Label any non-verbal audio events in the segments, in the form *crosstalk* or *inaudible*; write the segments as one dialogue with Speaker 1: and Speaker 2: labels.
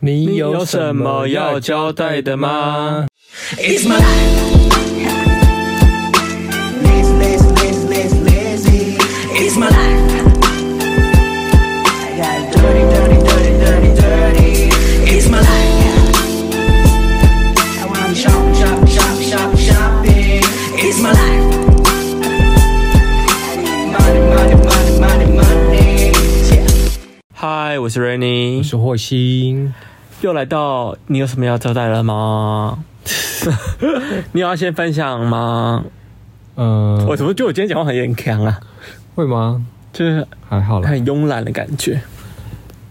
Speaker 1: 你
Speaker 2: 有什么要交代的吗？
Speaker 3: It's my life. Lazy, lazy, lazy, lazy, lazy. It's my life. I got dirty, dirty, dirty, dirty, dirty. It's my life. I wanna shop, shop, shop, shop, shopping. It's my life. I need money, money, money, money, money. Yeah.
Speaker 2: 嗨，我是 Rainy，
Speaker 1: 是霍心，
Speaker 2: 又来到你有什么要交代了 *laughs* 吗？你有要先分享吗？
Speaker 1: 呃，
Speaker 2: 我怎么觉得我今天讲话很严强啊？
Speaker 1: 会吗？
Speaker 2: 就是
Speaker 1: 还好啦。
Speaker 2: 很慵懒的感觉。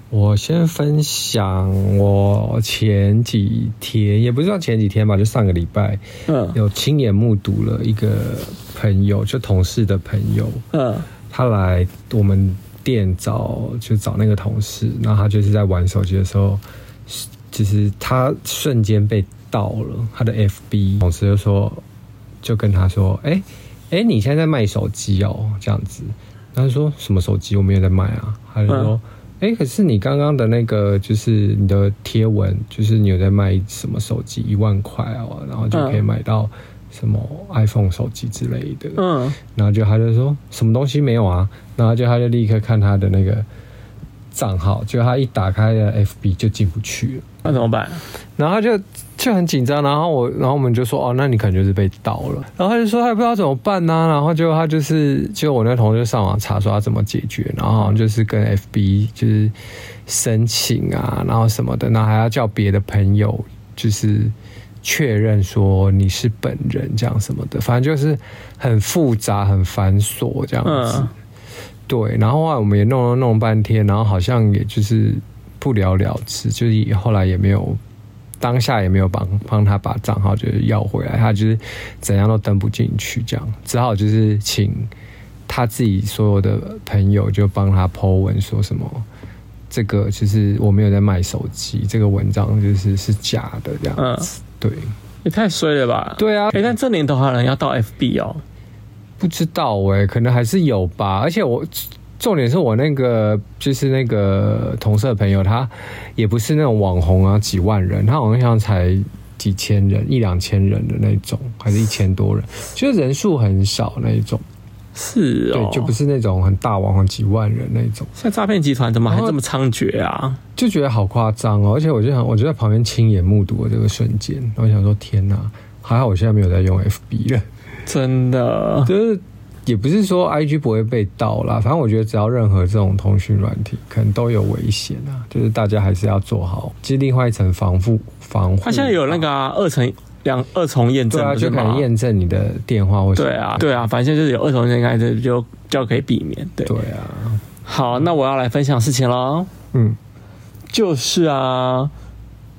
Speaker 1: 我先分享我前几天，也不是算前几天吧，就上个礼拜，
Speaker 2: 嗯
Speaker 1: 有亲眼目睹了一个朋友，就同事的朋友，
Speaker 2: 嗯
Speaker 1: 他来我们店找，就找那个同事，然后他就是在玩手机的时候，就是他瞬间被盗了，他的 FB 同事就说，就跟他说，哎、哎、你现在在卖手机哦，这样子，他就说什么手机我没有在卖啊，他就说。哎、可是你刚刚的那个，就是你的贴文，就是你有在卖什么手机一万块哦，然后就可以买到什么 iPhone 手机之类的。
Speaker 2: 嗯，
Speaker 1: 然后就他就说什么东西没有啊，然后就他就立刻看他的那个账号，就他一打开了 FB 就进不去了，
Speaker 2: 那怎么办？
Speaker 1: 然后他就就很紧张，然后我然后我们就说哦，那你可能就是被盗了，然后他就说他也不知道怎么办呢、然后就他就是就我那同事就上网查说他怎么解决，然后好像就是跟 FB 就是申请啊，然后什么的，然后还要叫别的朋友就是。确认说你是本人这样什么的，反正就是很复杂、很繁琐这样子。
Speaker 2: 嗯
Speaker 1: 对，然后后来我们也弄了弄半天，然后好像也就是不了了之，就是也后来也没有当下也没有帮帮他把账号就是要回来，他就是怎样都登不进去，这样只好就是请他自己所有的朋友就帮他 Po 文说什么。这个就是我没有在卖手机，这个文章就是是假的这样子，对
Speaker 2: 也太衰了吧？
Speaker 1: 对啊，
Speaker 2: 哎、但这年头还有人要到 FB 哦。
Speaker 1: 不知道哎、可能还是有吧。而且我重点是我那个就是那个同事的朋友，他也不是那种网红啊，几万人，他好像才几千人、一两千人的那种，还是一千多人，就是人数很少那一种，
Speaker 2: 是
Speaker 1: 对，
Speaker 2: 哦，
Speaker 1: 就不是那种很大网红几万人那种，
Speaker 2: 现在诈骗集团怎么还
Speaker 1: 然后
Speaker 2: 这么猖獗啊？
Speaker 1: 就觉得好夸张哦。而且我就想，我就在旁边亲眼目睹了这个瞬间，然后想说天哪，还好我现在没有在用 FB 了。
Speaker 2: 真的，
Speaker 1: 就是也不是说 IG 不会被盗啦，反正我觉得只要任何这种通讯软体，可能都有危险啊。就是大家还是要做好，其实另外一层防护防护。
Speaker 2: 他现在有那个、啊、二层两二重验证
Speaker 1: 对，啊，
Speaker 2: 不是
Speaker 1: 就可
Speaker 2: 吗
Speaker 1: 能验证你的电话或什么
Speaker 2: 对啊，对啊，反正就是有二重验证开始就就可以避免。对，
Speaker 1: 对啊，
Speaker 2: 好，那我要来分享事情喽。
Speaker 1: 嗯
Speaker 2: 就是啊，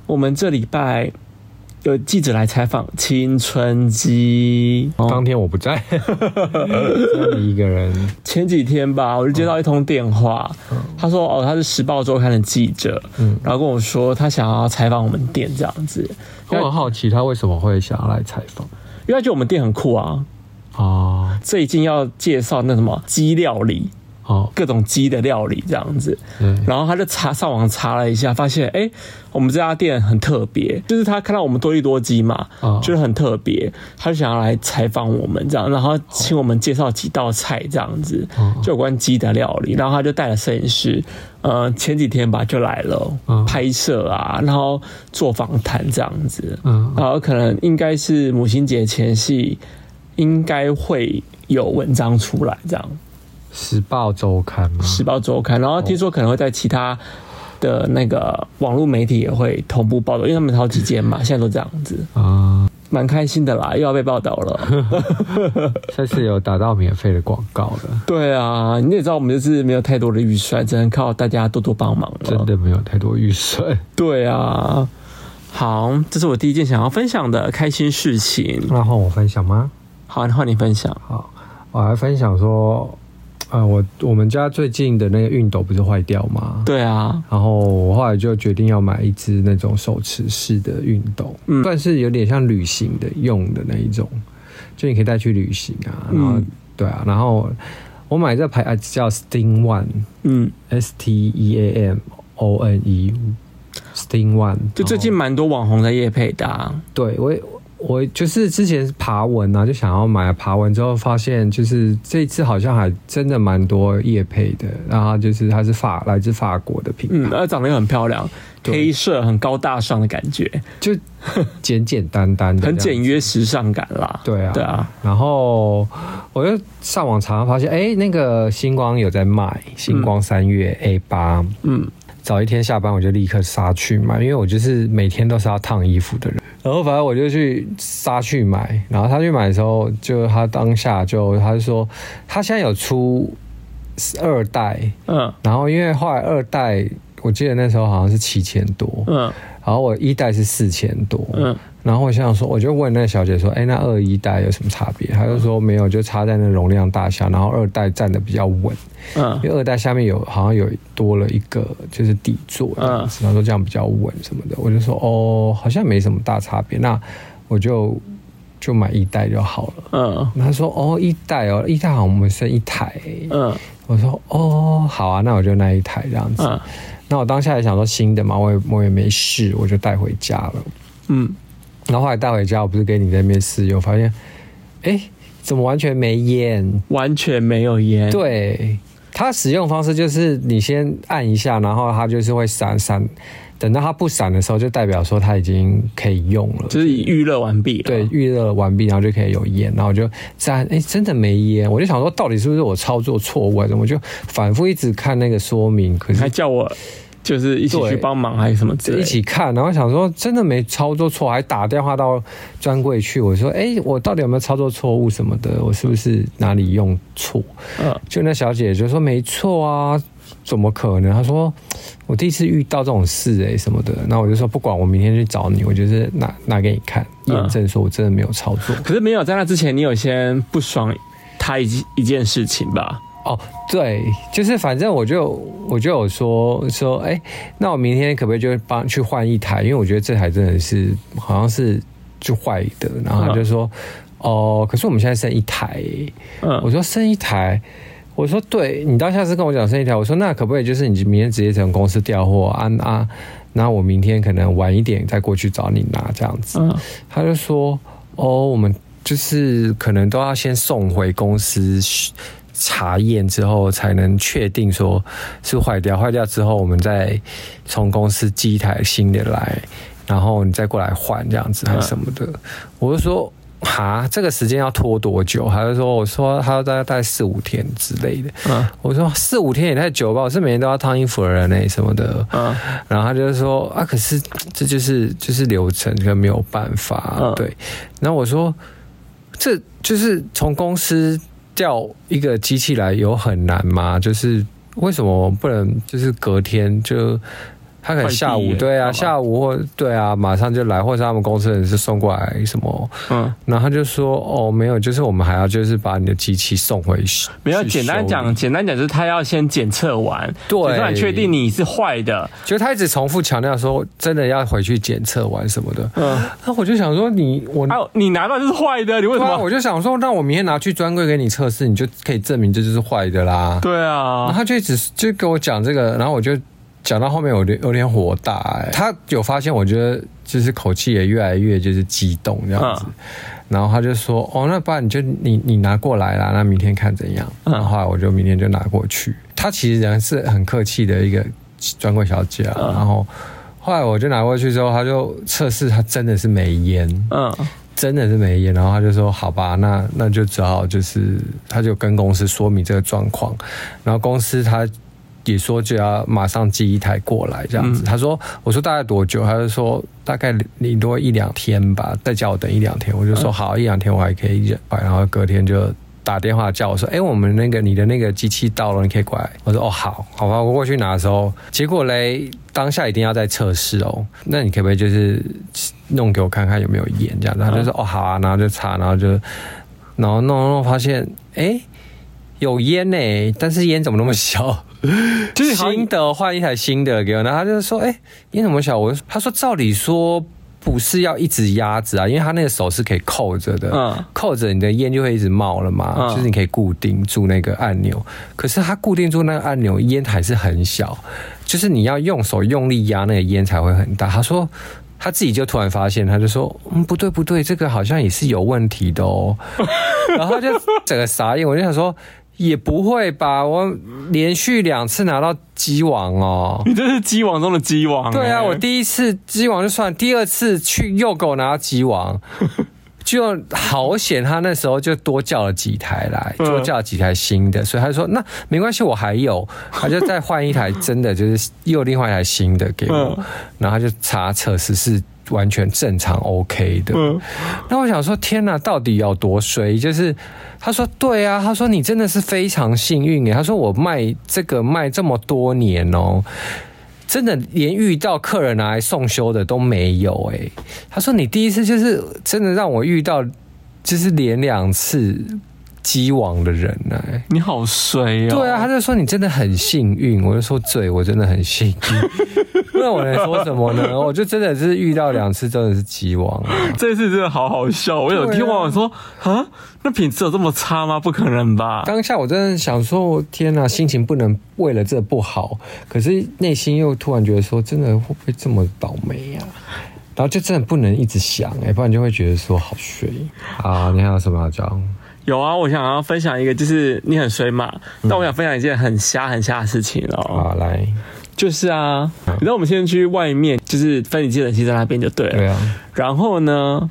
Speaker 2: 我们这礼拜有记者来采访青春期，
Speaker 1: 当天我不在，只有你一个人，
Speaker 2: 前几天吧，我就接到一通电话，他说哦，他是《时报周刊》的记者，
Speaker 1: 嗯
Speaker 2: 然后跟我说他想要采访我们店这样子，
Speaker 1: *laughs* 我很好奇他为什么会想要来采访
Speaker 2: 因为他觉得我们店很酷啊。
Speaker 1: 哦
Speaker 2: 最近要介绍那什么鸡料理，
Speaker 1: 哦，
Speaker 2: 各种鸡的料理这样子，
Speaker 1: 对，
Speaker 2: 然后他就查上网查了一下，发现哎、诶我们这家店很特别，就是他看到我们多利多鸡嘛，
Speaker 1: 哦
Speaker 2: 觉得很特别，他就想要来采访我们这样，然后请我们介绍几道菜这样子，
Speaker 1: 哦
Speaker 2: 就有关鸡的料理。然后他就带了摄影师，呃，前几天吧就来了、
Speaker 1: 嗯
Speaker 2: 拍摄啊，然后做访谈这样子，
Speaker 1: 嗯
Speaker 2: 然后可能应该是母亲节前夕，应该会有文章出来这样。
Speaker 1: 时报周刊吗？
Speaker 2: 时报周刊，然后听说可能会在其他的那个网络媒体也会同步报道，因为他们好几间嘛，现在都这样子，
Speaker 1: 啊，
Speaker 2: 蛮开心的啦，又要被报道
Speaker 1: *laughs*
Speaker 2: 了。
Speaker 1: 这次有打到免费的广告了，
Speaker 2: 对啊，你也知道我们就是没有太多的预算，只能靠大家多多帮忙了。
Speaker 1: 真，的没有太多预算。
Speaker 2: 对啊。好，这是我第一件想要分享的开心事情。
Speaker 1: 那换我分享吗？
Speaker 2: 好，换你分享。
Speaker 1: 好，我来分享说，呃，我我们家最近的那个熨斗不是坏掉吗？。
Speaker 2: 对啊，
Speaker 1: 然后我后来就决定要买一只那种手持式的熨斗，
Speaker 2: 嗯
Speaker 1: 算是有点像旅行的用的那一种，就你可以带去旅行啊。然后、
Speaker 2: 嗯
Speaker 1: 对啊，然后我买这牌呃啊叫 Steam One
Speaker 2: 嗯，
Speaker 1: S T E A M O N E Sting One，
Speaker 2: 就最近蛮多网红在夜配的、啊，
Speaker 1: 对我也我就是之前爬文啊，就想要买爬文，之后发现就是这一次好像还真的蛮多叶配的，然后就是它是法来自法国的品
Speaker 2: 嗯，
Speaker 1: 牌，
Speaker 2: 而长得又很漂亮，
Speaker 1: 哦对
Speaker 2: 黑色很高大上的感觉，
Speaker 1: 就简简单单的，
Speaker 2: 很简。约时尚感啦。
Speaker 1: 对啊，
Speaker 2: 对啊，
Speaker 1: 然后我就上网查，发现哎，那个星光有在卖星光三月 A 八、
Speaker 2: 嗯，
Speaker 1: 早一天下班我就立刻杀去买，因为我就是每天都是要烫衣服的人。然后反正我就去杀去买，然后他去买的时候，就他当下就他就说他现在有出二代，
Speaker 2: 嗯
Speaker 1: 然后因为后来二代我记得那时候好像是七千多，
Speaker 2: 嗯
Speaker 1: 然后我一代是四千多，
Speaker 2: 嗯
Speaker 1: 然后我想说，我就问那个小姐说：“哎，那二一代有什么差别？”她就说没有，就差在那容量大小，然后二代站的比较稳，因
Speaker 2: 嗯，
Speaker 1: 为二代下面有好像有多了一个就是底座
Speaker 2: 嗯
Speaker 1: 这样子，然后说这样比较稳什么的。我就说哦，好像没什么大差别，那我就就买一代就好了。
Speaker 2: 嗯
Speaker 1: 她说哦，一代哦，一代好像我们剩一台、
Speaker 2: 嗯
Speaker 1: 我说哦，好啊，那我就那一台这样子。
Speaker 2: 嗯
Speaker 1: 那我当下也想说新的嘛，我也我也没试，我就带回家了。
Speaker 2: 嗯，
Speaker 1: 然后后来带回家，我不是给你在那边试用，发现，哎，怎么完全没烟？
Speaker 2: 完全没有烟。，
Speaker 1: 对，它使用方式就是你先按一下，然后它就是会闪闪，等到它不闪的时候，就代表说它已经可以用了。
Speaker 2: 就是已预热完毕了。
Speaker 1: 对，预热完毕，然后就可以有烟，然后我就站，哎、真的没烟，我就想说，到底是不是我操作错误还是什么？我就反复一直看那个说明，可是
Speaker 2: 还叫我就是一起
Speaker 1: 对
Speaker 2: 去帮忙，还是什么之类
Speaker 1: 一
Speaker 2: 的。
Speaker 1: 起看，然后想说真的没操作错，还打电话到专柜去，我说哎、我到底有没有操作错误什么的？我是不是哪里用错？
Speaker 2: 嗯
Speaker 1: 就那小姐就说没错啊，怎么可能？她说我第一次遇到这种事哎、什么的，那我就说不管，我明天去找你，我就是拿拿给你看，
Speaker 2: 嗯
Speaker 1: 验证说我真的没有操作。
Speaker 2: 可是没有在那之前，你有先不爽他一一件事情吧？
Speaker 1: 哦，对，就是反正我就我就有说说，哎、那我明天可不可以就帮去换一台？因为我觉得这台真的是好像是就坏的。然后他就说，哦，可是我们现在剩一台耶。我
Speaker 2: 嗯
Speaker 1: 说剩一台，我说对你到下次跟我讲剩一台，我说那可不可以就是你明天直接从公司调货啊啊？那我明天可能晚一点再过去找你拿这样子。
Speaker 2: 嗯
Speaker 1: 他就说：“哦，我们就是可能都要先送回公司查验之后，才能确定说是坏掉。坏掉之后，我们再从公司寄一台新的来，然后你再过来换这样子还是什么的。我就说。哈，这个时间要拖多久？他就说，我说他大概大概四五天之类的。
Speaker 2: 嗯
Speaker 1: 我说四五天也太久吧，我是每天都要烫衣服的人呢、欸什么的。
Speaker 2: 嗯
Speaker 1: 然后他就说啊，可是这就是就是流程，可没有办法。
Speaker 2: 嗯
Speaker 1: 对，然后我说这就是从公司调一个机器来有很难吗？就是为什么不能就是隔天就？他可能
Speaker 2: 快递
Speaker 1: 下午
Speaker 2: 耶
Speaker 1: 对
Speaker 2: 好
Speaker 1: 啊，
Speaker 2: 吧
Speaker 1: 下午或对啊，马上就来，或者他们公司的人是送过来什么，
Speaker 2: 嗯，
Speaker 1: 然后他就说哦没有，就是我们还要就是把你的机器送回去，
Speaker 2: 没有。
Speaker 1: 去
Speaker 2: 简单
Speaker 1: 修
Speaker 2: 讲，
Speaker 1: 理，
Speaker 2: 简单讲就是他要先检测完，
Speaker 1: 对
Speaker 2: 检测完确定你是坏的。
Speaker 1: 就他一直重复强调说真的要回去检测完什么的，
Speaker 2: 嗯，
Speaker 1: 那我就想说你我。
Speaker 2: 啊，你拿到就是坏的，你为什
Speaker 1: 对啊，我
Speaker 2: 么？
Speaker 1: 就想说，那我明天拿去专柜给你测试，你就可以证明这就是坏的啦。
Speaker 2: 对啊
Speaker 1: 然后，他就一直就给我讲这个，然后我就讲到后面，我就有点火大、欸。他有发现，我觉得就是口气也越来越就是激动这样子。
Speaker 2: 嗯
Speaker 1: 然后他就说：“哦，那不然你就你你拿过来啦，那明天看怎样。”
Speaker 2: 嗯
Speaker 1: 然后后来我就明天就拿过去。他其实人是很客气的一个专柜小姐啊。
Speaker 2: 嗯
Speaker 1: 然后后来我就拿过去之后，他就测试，他真的是没烟。
Speaker 2: 嗯
Speaker 1: 真的是没烟，然后他就说好吧，那那就只好就是，他就跟公司说明这个状况，然后公司他也说就要马上寄一台过来这样子。
Speaker 2: 嗯
Speaker 1: 他说我说大概多久？他就说大概你多一两天吧，再叫我等一两天。我就说好，一两天我还可以忍，然后隔天就。打电话叫我说：“哎、我们那个你的那个机器到了，你可以过来。”我说：“哦，好，好吧。”我过去拿的时候，结果嘞，当下一定要再测试哦。那你可不可以就是弄给我看看有没有盐这样子？他就说：“哦，好啊。”然后就擦，然后就然后弄弄弄发现，哎、有烟呢、但是烟怎么那么小？
Speaker 2: 就是好像
Speaker 1: 新的换一台新的给我，然后他就说，哎、烟怎么小？我就他说照理说不是要一直压着啊，因为他那个手是可以扣着的，
Speaker 2: 嗯
Speaker 1: 扣着你的烟就会一直冒了嘛，
Speaker 2: 嗯
Speaker 1: 就是你可以固定住那个按钮。可是他固定住那个按钮，烟还是很小，就是你要用手用力压那个烟才会很大。他说他自己就突然发现，他就说嗯不对不对，这个好像也是有问题的哦。然后他就整个傻眼，我就想说也不会吧，我连续两次拿到鸡王哦。
Speaker 2: 你这是鸡王中的鸡王、
Speaker 1: 对啊，
Speaker 2: 欸
Speaker 1: 我第一次鸡王就算，第二次去又给我拿到鸡
Speaker 2: *laughs*
Speaker 1: 王，就好险，他那时候就多叫了几台来，
Speaker 2: 嗯
Speaker 1: 多叫了几台新的，所以他就说那没关系，我还
Speaker 2: *laughs*
Speaker 1: 有，他就再换一台真的，就是又另外一台新的给我
Speaker 2: 嗯，
Speaker 1: 然后他就查测试是完全正常 OK 的，
Speaker 2: 嗯，
Speaker 1: 那我想说，天哪，到底有多衰？就是他说，对啊，他说你真的是非常幸运欸耶。他说我卖这个卖这么多年哦，真的连遇到客人拿来送修的都没有哎。他说你第一次就是真的让我遇到，就是连两次鸡网的人呢、哎
Speaker 2: 你好衰哦、
Speaker 1: 对啊，他就说你真的很幸运，我就说对，我真的很幸运。 *laughs* 那我能说什么呢？我就真的是遇到两次，真的是鸡网、啊。
Speaker 2: 这次真的好好笑，我有
Speaker 1: 对啊
Speaker 2: 听网友说啊，那品质有这么差吗？不可能吧？
Speaker 1: 啊当下我真的想说，天哪、心情不能为了这不好，可是内心又突然觉得说，真的会不会这么倒霉呀、然后就真的不能一直想、哎，不然就会觉得说好衰啊！你还有什么要讲？
Speaker 2: 有啊，我想要分享一个，就是你很衰嘛，但我想分享一件很瞎很瞎的事情哦，
Speaker 1: 嗯啊，来，
Speaker 2: 就是啊，你知道我们现在去外面，就是分离机冷气在那边就对了，
Speaker 1: 对啊，
Speaker 2: 然后呢，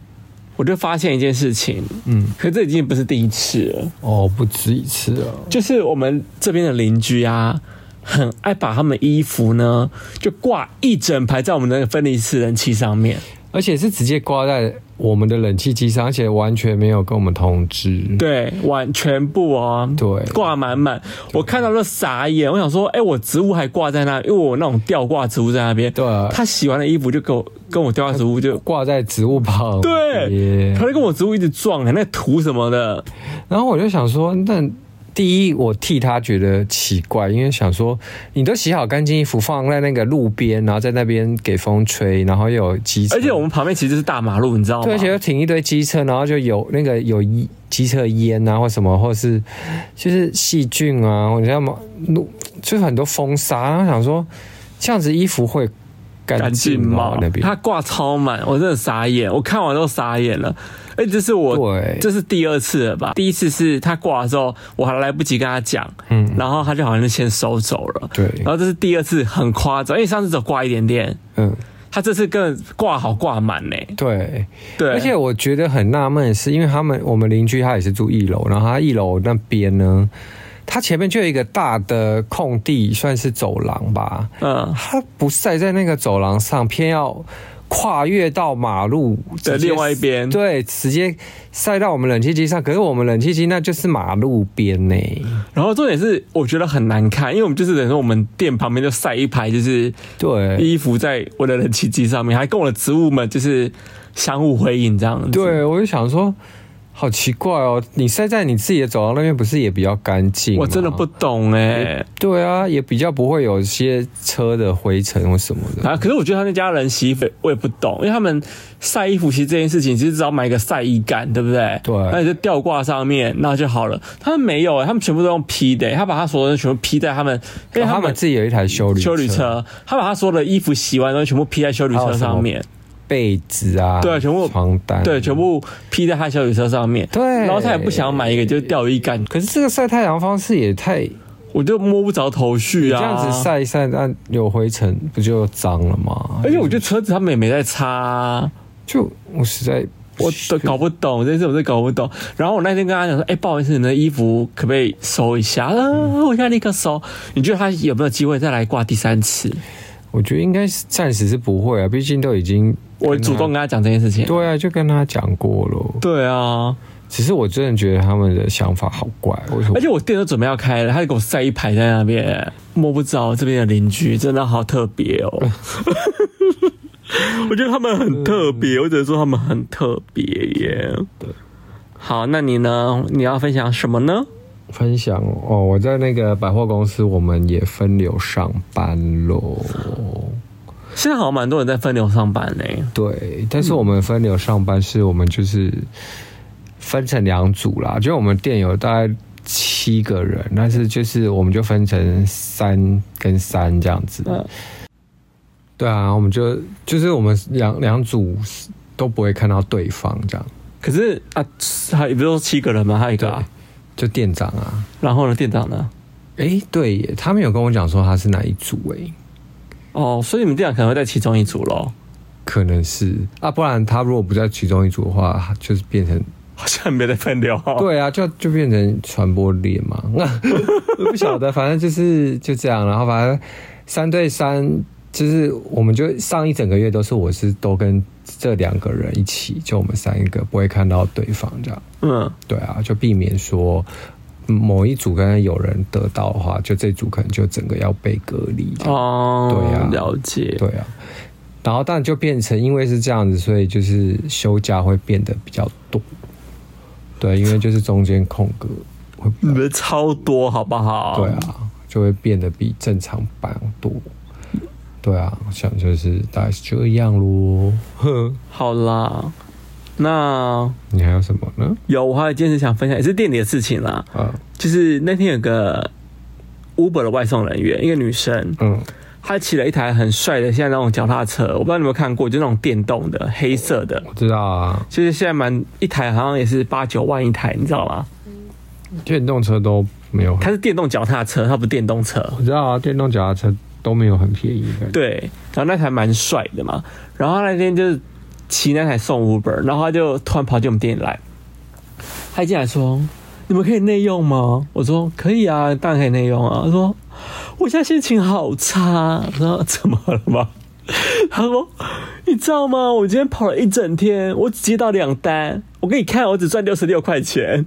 Speaker 2: 我就发现一件事情，
Speaker 1: 嗯，
Speaker 2: 可这已经不是第一次了，
Speaker 1: 哦，不止一次了，
Speaker 2: 就是我们这边的邻居啊，很爱把他们衣服呢就挂一整排在我们那个分离式冷气上面。
Speaker 1: 而且是直接挂在我们的冷气机上，而且完全没有跟我们通知。
Speaker 2: 对，完全部哦，
Speaker 1: 对
Speaker 2: 挂满满，我看到都傻眼，我想说，哎、我植物还挂在那，因为我那种吊挂植物在那边，
Speaker 1: 对啊
Speaker 2: 他洗完的衣服就跟我跟我吊挂植物就。
Speaker 1: 挂在植物旁，
Speaker 2: 对，他就跟我植物一直撞、哎那个土什么的，
Speaker 1: 然后我就想说，那第一我替他觉得奇怪，因为想说你都洗好干净衣服放在那个路边，然后在那边给风吹，然后又有机车，
Speaker 2: 而且我们旁边其实就是大马路，你知道吗？
Speaker 1: 对，而且又停一堆机车，然后就有那个有一机车烟啊，或什么，或是就是细菌啊，或者像嘛路就是很多风沙，然后想说这样子衣服会干
Speaker 2: 干
Speaker 1: 净
Speaker 2: 净
Speaker 1: 吗
Speaker 2: 吗？？
Speaker 1: 那边
Speaker 2: 他挂超满，我真的傻眼，我看完都傻眼了。哎，这是我
Speaker 1: 对
Speaker 2: 这是第二次了吧？第一次是他挂的时候，我还来不及跟他讲，
Speaker 1: 嗯
Speaker 2: 然后他就好像就先收走了。
Speaker 1: 对
Speaker 2: 然后这是第二次，很夸张，因为上次只有挂一点点，
Speaker 1: 嗯
Speaker 2: 他这次更挂好挂满呢。
Speaker 1: 对。
Speaker 2: 对，
Speaker 1: 而且我觉得很纳闷的是，因为他们我们邻居他也是住一楼，然后他一楼那边呢，他前面就有一个大的空地，算是走廊吧。
Speaker 2: 嗯，
Speaker 1: 他不晒在那个走廊上，偏要跨越到马路
Speaker 2: 的
Speaker 1: 直接
Speaker 2: 另外一边
Speaker 1: 对，直接晒到我们冷气机上。可是我们冷气机那就是马路边呢、
Speaker 2: 然后重点是我觉得很难看，因为我们就是等于说我们店旁边就晒一排就是
Speaker 1: 对。
Speaker 2: 衣服在我的冷气机上面，还跟我的植物们就是相互辉映这样子。
Speaker 1: 对，我就想说，好奇怪哦，你晒在你自己的走廊那边，不是也比较干净吗？
Speaker 2: 我真的不懂哎、
Speaker 1: 对啊，也比较不会有一些车的灰尘或什么的。
Speaker 2: 啊，可是我觉得他那家人洗衣服，我也不懂，因为他们晒衣服其实这件事情，其实只要买一个晒衣杆，对不对？
Speaker 1: 对
Speaker 2: 那你就吊挂上面，那就好了。他们没有、他们全部都用披的、欸他把他所有的全部披在他们，因为
Speaker 1: 哦然后他们自己有一台修理
Speaker 2: 修理，车，他把他所有的衣服洗完之后全部披在修理车上面，
Speaker 1: 被子啊，
Speaker 2: 对全部
Speaker 1: 床单，
Speaker 2: 对，全。部披在他修理车上面。
Speaker 1: 对
Speaker 2: 然后他也不想买一个就是吊衣杆，
Speaker 1: 可是这个晒太阳方式也太
Speaker 2: 我就摸不着头绪
Speaker 1: 这
Speaker 2: 啊。
Speaker 1: 样子晒一晒，那有灰尘不就脏了吗？
Speaker 2: 而且我觉得车子他们也没在擦、啊。
Speaker 1: 就我实在
Speaker 2: *laughs* 我都搞不懂这件事，我真搞不懂。然后我那天跟他讲说：“哎、不好意思，你的衣服可不可以收一下？”啊，我现在立刻收。你觉得他有没有机会再来挂第三次？
Speaker 1: 我觉得应该是暂时是不会啊，毕竟都已经
Speaker 2: 我主动跟他讲这件事情。
Speaker 1: 对啊，就跟他讲过了。
Speaker 2: 对啊，
Speaker 1: 只是我真的觉得他们的想法好怪，为什么
Speaker 2: 而？且我店都准备要开了，他就给我塞一排在那边，摸不着这边的邻居，真的好特别 *laughs* 哦。我觉得他们很特别，我只能说他们很特别耶。好，那你呢？你要分享什么呢？
Speaker 1: 分享哦，我在那个百货公司，我们也分流上班喽。
Speaker 2: 现在好像蛮多人在分流上班嘞。
Speaker 1: 对，但是我们分流上班是我们就是分成两组啦，就我们店有大概七个人，但是就是我们就分成三跟三这样子。
Speaker 2: 嗯
Speaker 1: 对啊，我们就就是我们两两组都不会看到对方这样。
Speaker 2: 可是啊，他也不是说七个人嘛，还有一个、啊，
Speaker 1: 就店长啊，
Speaker 2: 然后呢，店长呢？
Speaker 1: 诶，对耶，他们有跟我讲说他是哪一组诶，
Speaker 2: 哦，所以你们店长可能会在其中一组喽，
Speaker 1: 可能是啊，不然他如果不在其中一组的话，就是变成
Speaker 2: 好像没得分流、哦。
Speaker 1: 对啊，就就变成传播链嘛。那 *laughs* 我不晓得，反正就是就这样。然后反正三对三，就是我们就上一整个月都是我是都跟这两个人一起，就我们三个不会看到对方这样。
Speaker 2: 嗯，
Speaker 1: 对啊，就避免说某一组刚刚有人得到的话，就这组可能就整个要被隔离这样。
Speaker 2: 哦，
Speaker 1: 对啊
Speaker 2: 了解。
Speaker 1: 对啊，然后但就变成因为是这样子，所以就是休假会变得比较多。对，因为就是中间空格会比较
Speaker 2: 你们超多好不好？
Speaker 1: 对，啊，就会变得比正常版多。对啊，我想就是大概是这样咯。哼，
Speaker 2: 好啦，那
Speaker 1: 你还有什么呢？
Speaker 2: 有我还有一件事想分享，也是店里的事情啦，
Speaker 1: 啊，
Speaker 2: 就是那天有个 Uber 的外送人员，一个女生，
Speaker 1: 嗯，
Speaker 2: 她骑了一台很帅的现在那种脚踏车，我不知道你有没有看过，就那种电动的黑色的。
Speaker 1: 我知道啊，
Speaker 2: 就是现在蛮一台好像也是八九万一台，你知道吗？
Speaker 1: 电动车都没有很，
Speaker 2: 它是电动脚踏车，它不是电动车。
Speaker 1: 我知道啊，电动脚踏车都没有很便宜的。
Speaker 2: 对，然后那台蛮帅的嘛。然后他那天就是骑那台送 Uber，然后他就突然跑进我们店里来，他一进来说：“你们可以内用吗？”我说：“可以啊，当然可以内用啊。”他说：“我现在心情好差。”我说：“怎么了吗？”他说：“你知道吗？我今天跑了一整天，我只接到两单。我给你看，我只赚六十六块钱。”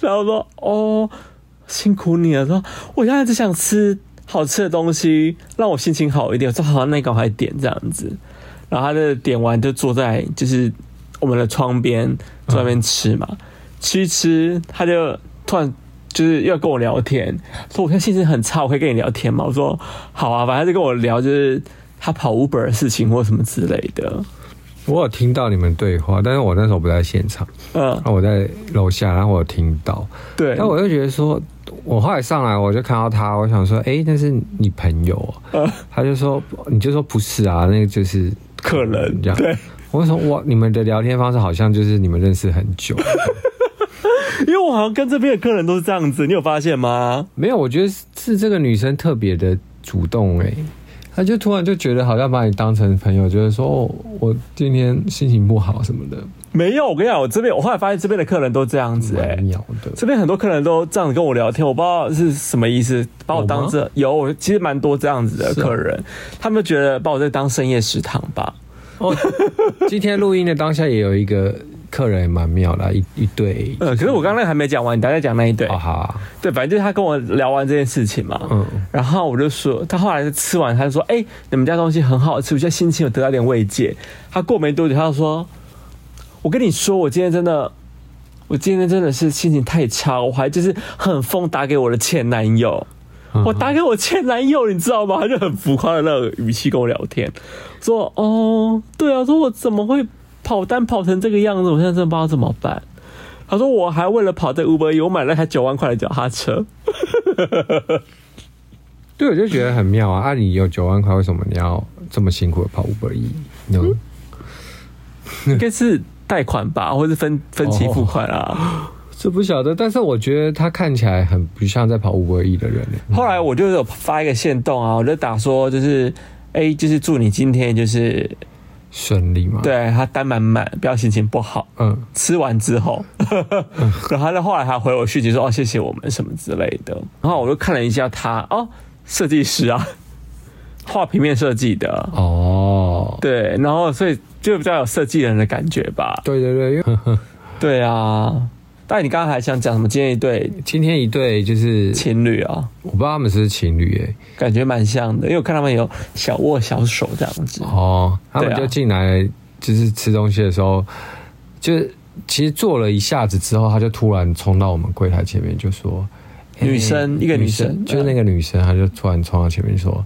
Speaker 2: 然后我说：“哦，辛苦你了。”说：“我现在只想吃好吃的东西，让我心情好一点。”我说：“好，那你赶快点这样子。”然后他就点完就坐在就是我们的窗边，坐在那边吃嘛，
Speaker 1: 嗯
Speaker 2: 吃一吃，他就突然。就是要跟我聊天，说哦我现在心情很差，我可以跟你聊天吗？我说好啊，反正就跟我聊，就是他跑 Uber 的事情或什么之类的。
Speaker 1: 我有听到你们对话，但是我那时候不在现场，啊
Speaker 2: 嗯，
Speaker 1: 那我在楼下，然后我有听到，
Speaker 2: 对。
Speaker 1: 但
Speaker 2: *laughs*
Speaker 1: 我就觉得说，我后来上来我就看到他，我想说，哎、那是你朋友、啊？
Speaker 2: 呃
Speaker 1: 他就说，你就说不是啊，那个就是
Speaker 2: 客人
Speaker 1: 这样。
Speaker 2: 对，
Speaker 1: 我就说哇，你们的聊天方式好像就是你们认识很 *laughs* 久。
Speaker 2: 因为我好像跟这边的客人都是这样子，你有发现吗？
Speaker 1: 没有，我觉得是这个女生特别的主动哎、她就突然就觉得好像把你当成朋友，就是说哦，我今天心情不好什么的，
Speaker 2: 没有，我跟你讲，我这边我后来发现这边的客人都这样子、哎
Speaker 1: 蛮，鸟的。
Speaker 2: 这边很多客人都这样子跟我聊天，我不知道是什么意思，把我当这有我其实蛮多这样子的
Speaker 1: 是啊
Speaker 2: 客人，他们觉得把我在当深夜食堂吧。
Speaker 1: 哦，今天录音的当下也有一个客人也蛮妙的啊，一一对。
Speaker 2: 呃，可是我刚刚那个还没讲完，你大概讲那一对。
Speaker 1: 哦好啊，
Speaker 2: 对，反正就是他跟我聊完这件事情嘛，
Speaker 1: 嗯
Speaker 2: 然后我就说，他后来就吃完，他就说，哎、你们家东西很好吃，我现在心情有得到点慰藉。他过没多久，他就说，我跟你说，我今天真的，我今天真的是心情太差，我还就是很疯打给我的前男友，
Speaker 1: 嗯
Speaker 2: 我打给我前男友，你知道吗？他就很浮夸的那个语气跟我聊天，说，哦，对啊，说我怎么会跑单跑成这个样子，我现在真的不知道怎么办。他说：“我还为了跑这 Uber，E，我买了一台九万块的脚踏车。
Speaker 1: 对，我就觉得很妙啊！啊，你有九万块，为什么你要这么辛苦的跑五百亿？有
Speaker 2: 应该是贷款吧，或是分分期付款啊。
Speaker 1: 这不晓得，但是我觉得他看起来很不像在跑五百亿的人欸。
Speaker 2: 后来我就有发一个线动啊，我就打说就是，哎、就是祝你今天就是
Speaker 1: 顺利嘛？，
Speaker 2: 对啊他单满满，不要心情不好。
Speaker 1: 嗯，
Speaker 2: 吃完之后，然后他就后来还回我讯息说哦谢谢我们什么之类的。然后我就看了一下他哦，设计师啊， *laughs* 画平面设计的，
Speaker 1: 哦，
Speaker 2: 对，然后所以就比较有设计人的感觉吧。
Speaker 1: 对对对，因为呵
Speaker 2: *laughs*
Speaker 1: 呵
Speaker 2: 对啊，但你刚刚还想讲什么？今天一对
Speaker 1: 今天一对就是，
Speaker 2: 情侣啊、
Speaker 1: 我不知道他们是不是情侣哎、
Speaker 2: 感觉蛮像的，因为我看他们有小握小手这样子。
Speaker 1: 哦，他们
Speaker 2: 对啊
Speaker 1: 就进来就是吃东西的时候，就是其实坐了一下子之后，他就突然冲到我们柜台前面就说：“
Speaker 2: 女生一个女生嗯
Speaker 1: 就是那个女生，她就突然冲到前面说：‘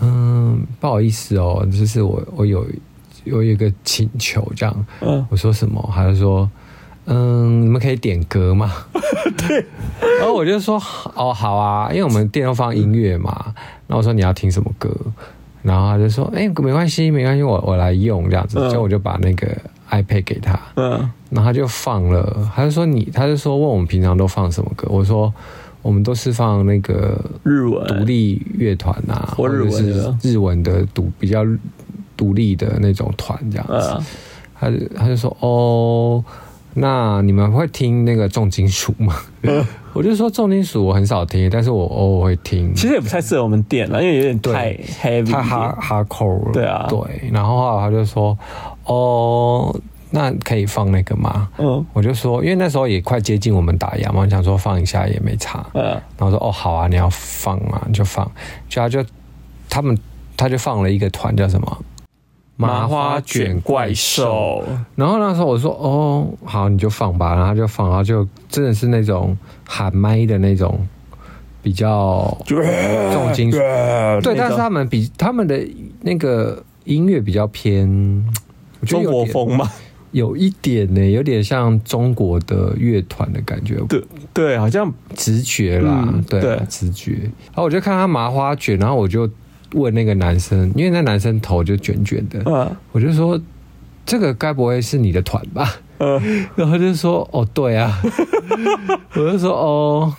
Speaker 1: 嗯，不好意思哦，就是我我有我有一个请求这样。’
Speaker 2: 嗯，
Speaker 1: 我说什么？他就说：‘嗯、嗯，你们可以点歌
Speaker 2: *laughs*
Speaker 1: 吗？对。然后我就说，哦，好啊，因为我们店都放音乐嘛。然后我说你要听什么歌，然后他就说，哎、没关系，没关系，我我来用这样子。
Speaker 2: 嗯
Speaker 1: 结果我就把那个 iPad 给他，
Speaker 2: 嗯，
Speaker 1: 然后他就放了，他就说你，他就说问我们平常都放什么歌，我说我们都是放那个
Speaker 2: 日文
Speaker 1: 独立乐团啊，
Speaker 2: 或
Speaker 1: 或
Speaker 2: 日
Speaker 1: 者
Speaker 2: 文
Speaker 1: 是
Speaker 2: 的
Speaker 1: 日文的独比较独立的那种团这样子。
Speaker 2: 嗯，
Speaker 1: 他就他就说哦，那你们会听那个重金属
Speaker 2: *laughs*
Speaker 1: 吗？我就说重金属我很少听，但是我偶尔会听。
Speaker 2: 其实也不太适合我们店了，因为有点
Speaker 1: 对
Speaker 2: 太 heavy 一
Speaker 1: 他
Speaker 2: 点。
Speaker 1: 哈哈口了，
Speaker 2: 对啊
Speaker 1: 对。然后后来他就说哦，那可以放那个吗？
Speaker 2: 嗯
Speaker 1: 我就说，因为那时候也快接近我们打烊嘛，我想说放一下也没差。
Speaker 2: 嗯
Speaker 1: 然后说哦好啊，你要放啊，你就放。就他就他们他就放了一个团叫什么
Speaker 2: 麻花卷怪。兽，
Speaker 1: 然后那时候我说哦好，你就放吧。然后他就放，然后就真的是那种喊麦的那种比较重金属。对，但是他们比他们的那个音乐比较偏，我觉得
Speaker 2: 中
Speaker 1: 有
Speaker 2: 国
Speaker 1: 点
Speaker 2: 风嘛，
Speaker 1: 有一点呢、有点像中国的乐团的感觉，
Speaker 2: *laughs* 对对，好像
Speaker 1: 直觉啦，
Speaker 2: 嗯
Speaker 1: 对啊
Speaker 2: 对
Speaker 1: 直觉。然后我就看他麻花卷，然后我就问那个男生，因为那男生头就卷卷的，
Speaker 2: 嗯
Speaker 1: 我就说这个该不会是你的团吧？
Speaker 2: 嗯
Speaker 1: *laughs* 然后他就说哦，对啊， *laughs* 我就说哦，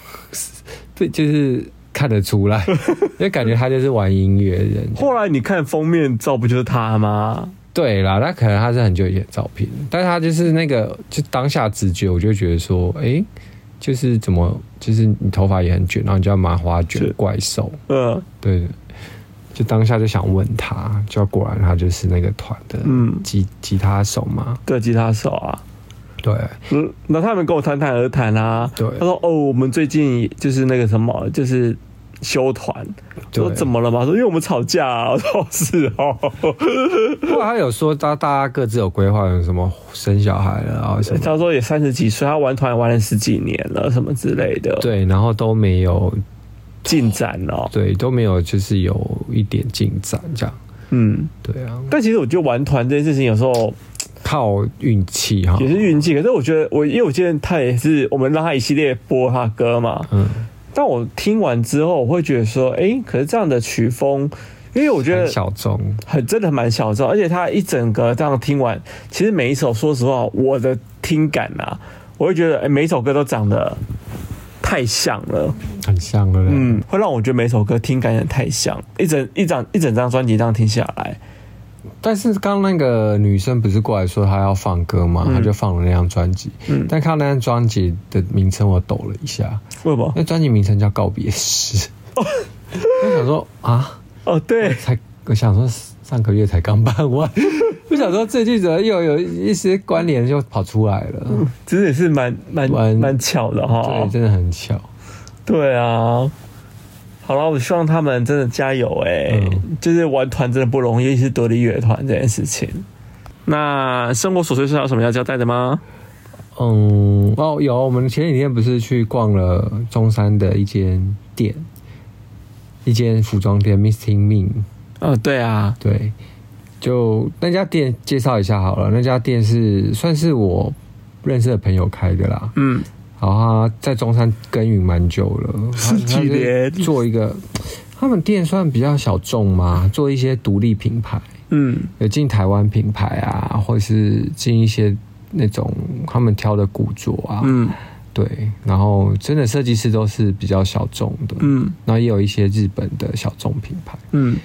Speaker 1: 对，就是看得出来，因为感觉他就是玩音乐的人。
Speaker 2: 后来你看封面照不就是他吗？
Speaker 1: 对啦，那可能他是很久以前的照片，但是他就是那个就当下直觉，我就觉得说，哎、就是怎么，就是你头发也很卷，然后你叫麻花卷
Speaker 2: 是
Speaker 1: 怪兽，
Speaker 2: 嗯
Speaker 1: 对，就当下就想问他，就果然他就是那个团的
Speaker 2: 嗯，
Speaker 1: 吉吉他手嘛，
Speaker 2: 对，吉他手啊。
Speaker 1: 对，
Speaker 2: 嗯，那他们跟我侃侃而谈啊。
Speaker 1: 对
Speaker 2: 他说：“哦，我们最近就是那个什么，就是修团。”
Speaker 1: 对
Speaker 2: 说怎么了嘛？说因为我们吵架、啊。我 *laughs* 说是哦，
Speaker 1: 后来他有说大大家各自有规划，有什么生小孩了啊什么，
Speaker 2: 他说也三十几岁，他玩团玩了十几年了，什么之类的，，
Speaker 1: 对，然后都没有，
Speaker 2: 进展哦，
Speaker 1: 对，都没有，就是有一点进展这样，
Speaker 2: 嗯。
Speaker 1: 对啊，
Speaker 2: 但其实我觉得玩团这件事情有时候
Speaker 1: 靠运气哈，
Speaker 2: 也是运
Speaker 1: 嗯
Speaker 2: 气，可是我觉得我因为我记得他也是我们让他一系列播他歌嘛，
Speaker 1: 嗯。
Speaker 2: 但我听完之后我会觉得说，诶，可是这样的曲风，因为我觉
Speaker 1: 很
Speaker 2: 得
Speaker 1: 小众，
Speaker 2: 很真的蛮小众，而且他一整个这样听完，其实每一首说实话，我的听感啊，我会觉得、诶每一首歌都长得太像了。
Speaker 1: 很像了。嗯，
Speaker 2: 嗯，会让我觉得每首歌听感也太像，一整一张一整张专辑这样听下来，
Speaker 1: 但是刚那个女生不是过来说她要放歌吗？她就放了那张专辑。
Speaker 2: 嗯
Speaker 1: 但看到那张专辑的名称，我抖了一下。
Speaker 2: 为什么？
Speaker 1: 那专辑名称叫《告别式》， *laughs* 我想说啊，
Speaker 2: 哦，对，
Speaker 1: 才我想说上个月才刚办完，我想说最近怎么又有一些关联就跑出来了？
Speaker 2: 其实也是蛮蛮
Speaker 1: 蛮
Speaker 2: 蛮巧的哈
Speaker 1: 对，。真的很巧。
Speaker 2: 对啊，好了，我希望他们真的加油哎、
Speaker 1: 嗯
Speaker 2: 就是玩团真的不容易，尤其是独立乐团这件事情。那生活琐碎是有什么要交代的吗？
Speaker 1: 嗯，哦，有，我们前几天不是去逛了中山的一间店，一间服装店 Misting Me。
Speaker 2: 嗯、对
Speaker 1: 呃
Speaker 2: 啊，
Speaker 1: 对，就那家店介绍一下好了。那家店是算是我认识的朋友开的啦，
Speaker 2: 嗯，
Speaker 1: 然后哦他在中山耕耘蛮久了，
Speaker 2: 十几
Speaker 1: 他就是
Speaker 2: 年
Speaker 1: 做一个。他们店算比较小众嘛，做一些独立品牌，
Speaker 2: 嗯
Speaker 1: 有进台湾品牌啊，或是进一些那种他们挑的古着啊，
Speaker 2: 嗯
Speaker 1: 对。然后真的设计师都是比较小众的，
Speaker 2: 嗯
Speaker 1: 然后也有一些日本的小众品牌。
Speaker 2: 嗯，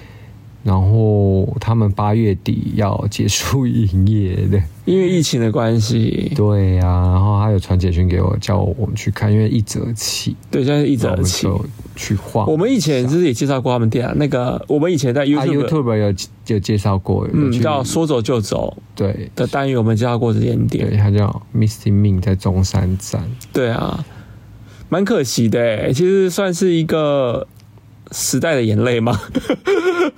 Speaker 1: 然后他们八月底要结束营业的，
Speaker 2: 因为疫情的关系，
Speaker 1: 对呀、然后他有传简讯给我，叫我们去看，因为一折起，
Speaker 2: 对，现在一直
Speaker 1: 然后我们
Speaker 2: 起。
Speaker 1: 就去晃。
Speaker 2: 我们以前就是也介绍过他们店啊，那个我们以前在
Speaker 1: 啊
Speaker 2: YouTube，,、
Speaker 1: YouTube 有有介绍过，有
Speaker 2: 嗯
Speaker 1: 去
Speaker 2: 叫说走就走
Speaker 1: 对
Speaker 2: 的单元，我们介绍过这间
Speaker 1: 对，
Speaker 2: 店。
Speaker 1: 他叫 Misty Min 在中山
Speaker 2: *laughs*
Speaker 1: 站，
Speaker 2: 对啊，蛮可惜的欸，其实算是一个时代的眼泪嘛。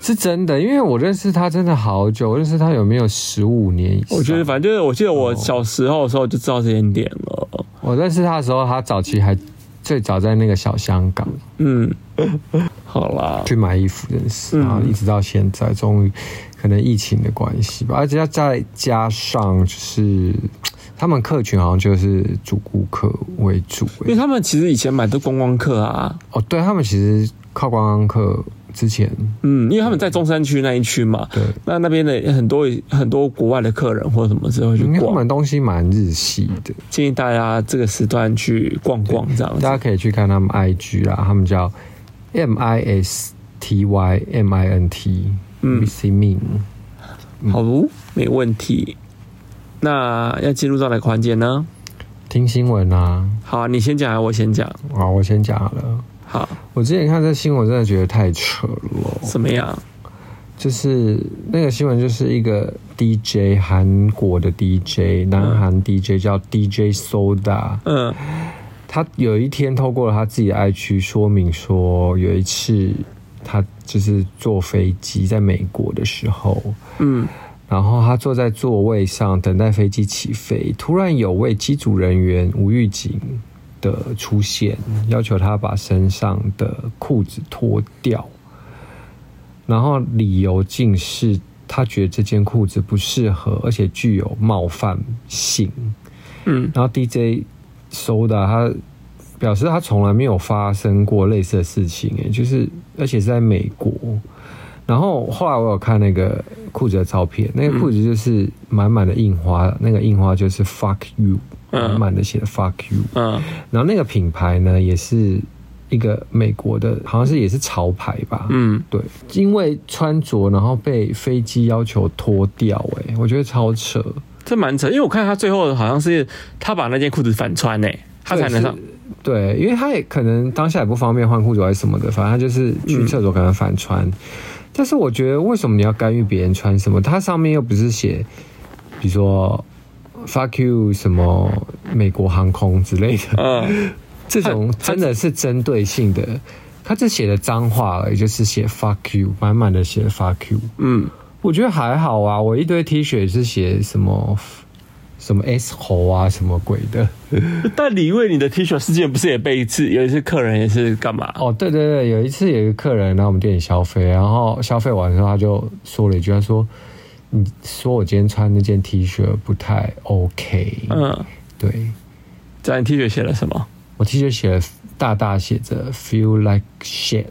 Speaker 1: 是啊真的，因为我认识他真的好久，我认识他有没有十五年以上？
Speaker 2: 我觉得反正就是，我记得我小时候的时候就知道这间店了。
Speaker 1: 我认识他的时候，他早期还最早在那个小香港，
Speaker 2: 嗯，好啦，
Speaker 1: 去买衣服认识，
Speaker 2: 嗯
Speaker 1: 然后一直到现在，终于可能疫情的关系吧，而且要再加上就是他们客群好像就是主顾客为主、欸
Speaker 2: 因为他们其实以前买的观光客啊，
Speaker 1: 哦，对他们其实靠观光客之前，
Speaker 2: 嗯，因为他们在中山区那一区嘛，
Speaker 1: 对，
Speaker 2: 那那边的很多很多国外的客人或什么之后去
Speaker 1: 应该他
Speaker 2: 逛嗯
Speaker 1: 们，东西蛮日系的，
Speaker 2: 建议大家这个时段去逛逛这样
Speaker 1: 大家
Speaker 2: 子。
Speaker 1: 可以去看他们 IG 啦，他们叫 M I S T Y M I N T，
Speaker 2: 嗯
Speaker 1: 嗯，C Min，
Speaker 2: 好，没问题。那要进入到哪个环节呢？
Speaker 1: 听新闻啊，
Speaker 2: 好，你先讲还是我先讲？
Speaker 1: 啊，我先讲好了。
Speaker 2: 好，
Speaker 1: 我之前看这新闻，真的觉得太扯了。
Speaker 2: 怎么样？
Speaker 1: 就是那个新闻，就是一个 DJ，韩国的 DJ，南韩 DJ 叫 DJ Soda，
Speaker 2: 嗯
Speaker 1: 他有一天透过了他自己的 IG 说明说，有一次他就是坐飞机在美国的时候，
Speaker 2: 嗯，
Speaker 1: 然后他坐在座位上等待飞机起飞，突然有位机组人员无预警的出现，要求他把身上的裤子脱掉，然后理由竟是他觉得这件裤子不适合，而且具有冒犯性。
Speaker 2: 嗯，
Speaker 1: 然后 DJ 收的他表示他从来没有发生过类似的事情、欸，就是而且是在美国。然后后来我有看那个裤子的照片，那个裤子就是满满的印花，那个印花就是 fuck you，
Speaker 2: 嗯
Speaker 1: 满满的写的 fuck you。
Speaker 2: 嗯
Speaker 1: 然后那个品牌呢，也是一个美国的，好像是也是潮牌吧，
Speaker 2: 嗯，
Speaker 1: 对，因为穿着然后被飞机要求脱掉、欸，哎，我觉得超扯。
Speaker 2: 这蛮扯，因为我看他最后好像是他把那件裤子反穿呢、他才能上
Speaker 1: 对。是。对，因为他也可能当下也不方便换裤子还是什么的，反正他就是去厕所可能反穿。但是我觉得，为什么你要干预别人穿什么？它上面又不是写，比如说 “fuck you” 什么美国航空之类的，
Speaker 2: 嗯，
Speaker 1: 这种
Speaker 2: 它它
Speaker 1: 真的是针对性的。他只写的脏话而已，就是写 “fuck you”，满满的写 “fuck you”。
Speaker 2: 嗯，
Speaker 1: 我觉得还好啊，我一堆 T 恤是写什么什么 S 猴啊，什么鬼的。
Speaker 2: 但李卫你的 T 恤事件不是也被一次有一次客人也是干嘛？
Speaker 1: 哦，对对对，有一次有一个客人来我们店里消费，然后消费完之后他就说了一句，他说：“你说我今天穿那件 T 恤不太 OK。”
Speaker 2: 嗯，
Speaker 1: 对
Speaker 2: 在你 T 恤写了什么？
Speaker 1: 我 T 恤写了大大写着 “feel like shit”，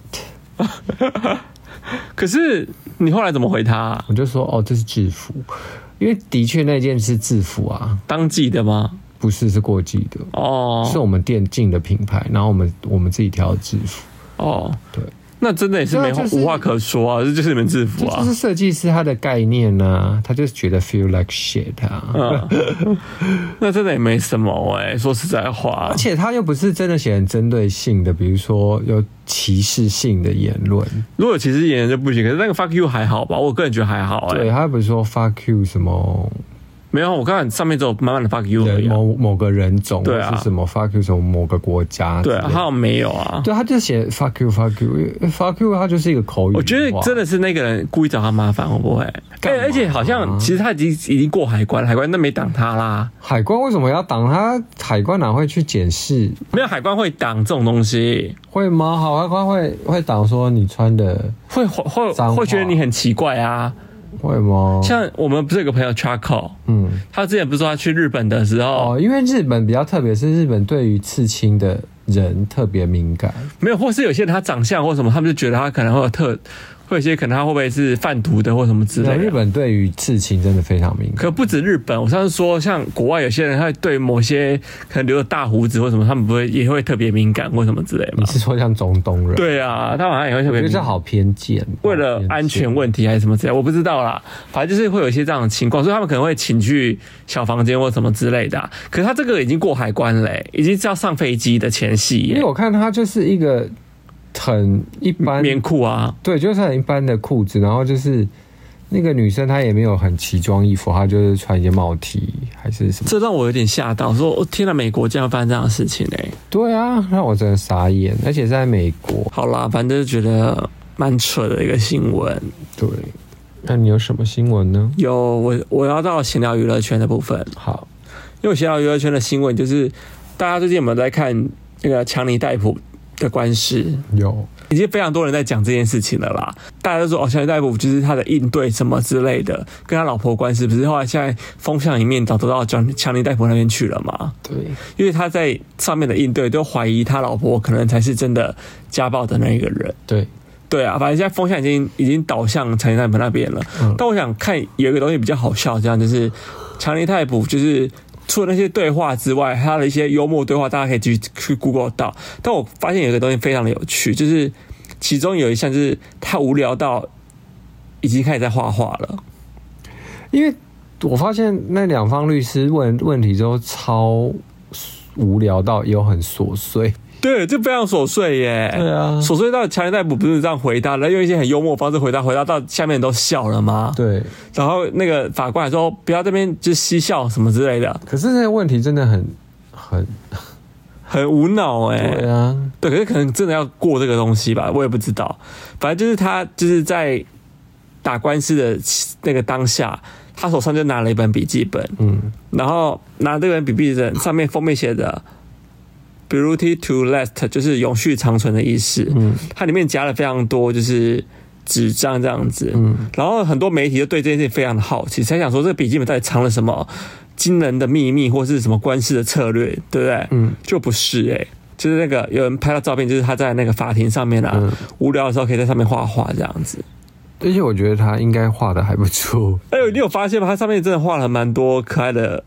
Speaker 2: 可是你后来怎么回他啊、
Speaker 1: 我就说：“哦，这是制服，因为的确那件是制服啊，
Speaker 2: 当季的吗？
Speaker 1: 不是是过季的，
Speaker 2: 哦，
Speaker 1: 是我们店进的品牌，然后我们我们自己挑的制服。”
Speaker 2: 哦，
Speaker 1: 对，
Speaker 2: 那真的也是
Speaker 1: 对
Speaker 2: 没话、
Speaker 1: 啊就是
Speaker 2: 无话可说啊，这就是你们制服
Speaker 1: 这
Speaker 2: 啊
Speaker 1: 就。是设计师他的概念呢、啊，他就是觉得 feel like shit 啊。
Speaker 2: 嗯， *laughs* 那真的也没什么哎、说实在话
Speaker 1: 而，且他又不是真的写很针对性的，比如说有歧视性的言论，
Speaker 2: 如果其实演员就不行，可是那个 fuck you 还好吧，我个人觉得还好哎、
Speaker 1: 对啊他又不是说 fuck you 什么
Speaker 2: 没有，我看上面只有满满的 fuck you 而
Speaker 1: 人
Speaker 2: 已啊、
Speaker 1: 某某个人种，
Speaker 2: 对啊
Speaker 1: 或是什么 fuck you 什么某个国家之
Speaker 2: 对
Speaker 1: 类的，
Speaker 2: 啊，还有没有啊？
Speaker 1: 对，他就写 fuck you fuck you fuck you，他就是一个口语文化。
Speaker 2: 我觉得真的是那个人故意找他麻烦，会不会？
Speaker 1: 干
Speaker 2: 而
Speaker 1: 嘛啊
Speaker 2: 而且好像其实他已经已经过海关，海关那没挡他啦，
Speaker 1: 海关为什么要挡他？海关哪会去检视？
Speaker 2: 没有海关会挡这种东西，
Speaker 1: 会吗？好，海关会会挡说你穿的
Speaker 2: 会会会
Speaker 1: 脏话
Speaker 2: 会觉得你很奇怪啊。
Speaker 1: 会吗？
Speaker 2: 像我们不是有个朋友 Charco，
Speaker 1: 嗯
Speaker 2: 他之前不是说他去日本的时候，
Speaker 1: 哦，因为日本比较特别，是日本对于刺青的人特别敏感。
Speaker 2: 没有，或是有些人他长相或什么，他们就觉得他可能会有特，会有些可能他会不会是贩毒的或什么之类
Speaker 1: 那
Speaker 2: 的。
Speaker 1: 日本对啊于刺青真的非常敏感。
Speaker 2: 可不止日本，我上次说像国外有些人，他会对某些可能留着大胡子或什么，他们不会也会特别敏感或什么之类的
Speaker 1: *laughs* 你
Speaker 2: 嘛。
Speaker 1: 是说像中东人？，
Speaker 2: 对啊，他好像也会特
Speaker 1: 嗯我觉得
Speaker 2: 别敏
Speaker 1: 这
Speaker 2: 感。
Speaker 1: 好偏见。
Speaker 2: 为了安全问题还是什么之类，我不知道啦。反正就是会有一些这样的情况，所以他们可能会请去小房间或什么之类的啊、可是他这个已经过海关嘞、已经是要上飞机的前夕
Speaker 1: 因为
Speaker 2: 耶、
Speaker 1: 我看他就是一个很一般，
Speaker 2: 棉裤啊，
Speaker 1: 对，就是很一般的裤子，然后就是那个女生她也没有很奇装异服，她就是穿一件帽 T 还是什么。
Speaker 2: 这让我有点吓到，说哦天呐，美国竟然发生这样的事情哎、
Speaker 1: 对啊，让我真的傻眼，而且是在美国。
Speaker 2: 好啦，反正就觉得蛮扯的一个新闻。
Speaker 1: 对，那你有什么新闻呢？
Speaker 2: 有我我要到闲聊娱乐圈的部分，
Speaker 1: 好，
Speaker 2: 因为闲聊娱乐圈的新闻就是大家最近有没有在看那个强尼戴普的官司？
Speaker 1: 有
Speaker 2: 已经非常多人在讲这件事情了啦。大家都说哦，小林大夫就是他的应对什么之类的，跟他老婆关系不是后来现在风向一面倒都到强强尼大夫那边去了嘛？
Speaker 1: 对，
Speaker 2: 因为他在上面的应对都怀疑他老婆可能才是真的家暴的那一个人。
Speaker 1: 对，
Speaker 2: 对啊，反正现在风向已经已经导向强尼泰普那边了。
Speaker 1: 嗯
Speaker 2: 但我想看有一个东西比较好笑，这样就是强尼泰普就是除了那些对话之外，他的一些幽默对话，大家可以去去 Google 到。但我发现有一个东西非常的有趣，就是其中有一项就是他无聊到已经开始在画画了。
Speaker 1: 因为我发现那两方律师问问题都超无聊到有很琐碎。
Speaker 2: 对，这非常琐碎耶。
Speaker 1: 对啊
Speaker 2: 琐碎到强尼泰普不是这样回答，然后用一些很幽默的方式回答，回答到下面都笑了吗？
Speaker 1: 对，
Speaker 2: 然后那个法官还说不要这边就嬉笑什么之类的，
Speaker 1: 可是那个问题真的很很
Speaker 2: 很无脑哎、
Speaker 1: 对啊，
Speaker 2: 对，可是可能真的要过这个东西吧，我也不知道。反正就是他就是在打官司的那个当下，他手上就拿了一本笔记本，
Speaker 1: 嗯，
Speaker 2: 然后拿这本笔记本上面封面写的 “beauty to last”，就是永续长存的意思。
Speaker 1: 嗯，
Speaker 2: 它里面夹了非常多就是纸张这样子。
Speaker 1: 嗯，
Speaker 2: 然后很多媒体就对这件事情非常的好奇，才想说这个笔记本到底藏了什么惊人的秘密，或是什么官司的策略，对不对？
Speaker 1: 嗯，
Speaker 2: 就不是诶、就是那个有人拍到照片，就是他在那个法庭上面啊，
Speaker 1: 嗯
Speaker 2: 无聊的时候可以在上面画画这样子。
Speaker 1: 而且我觉得他应该画的还不错。
Speaker 2: 哎呦，你有发现吗？他上面真的画了蛮多可爱的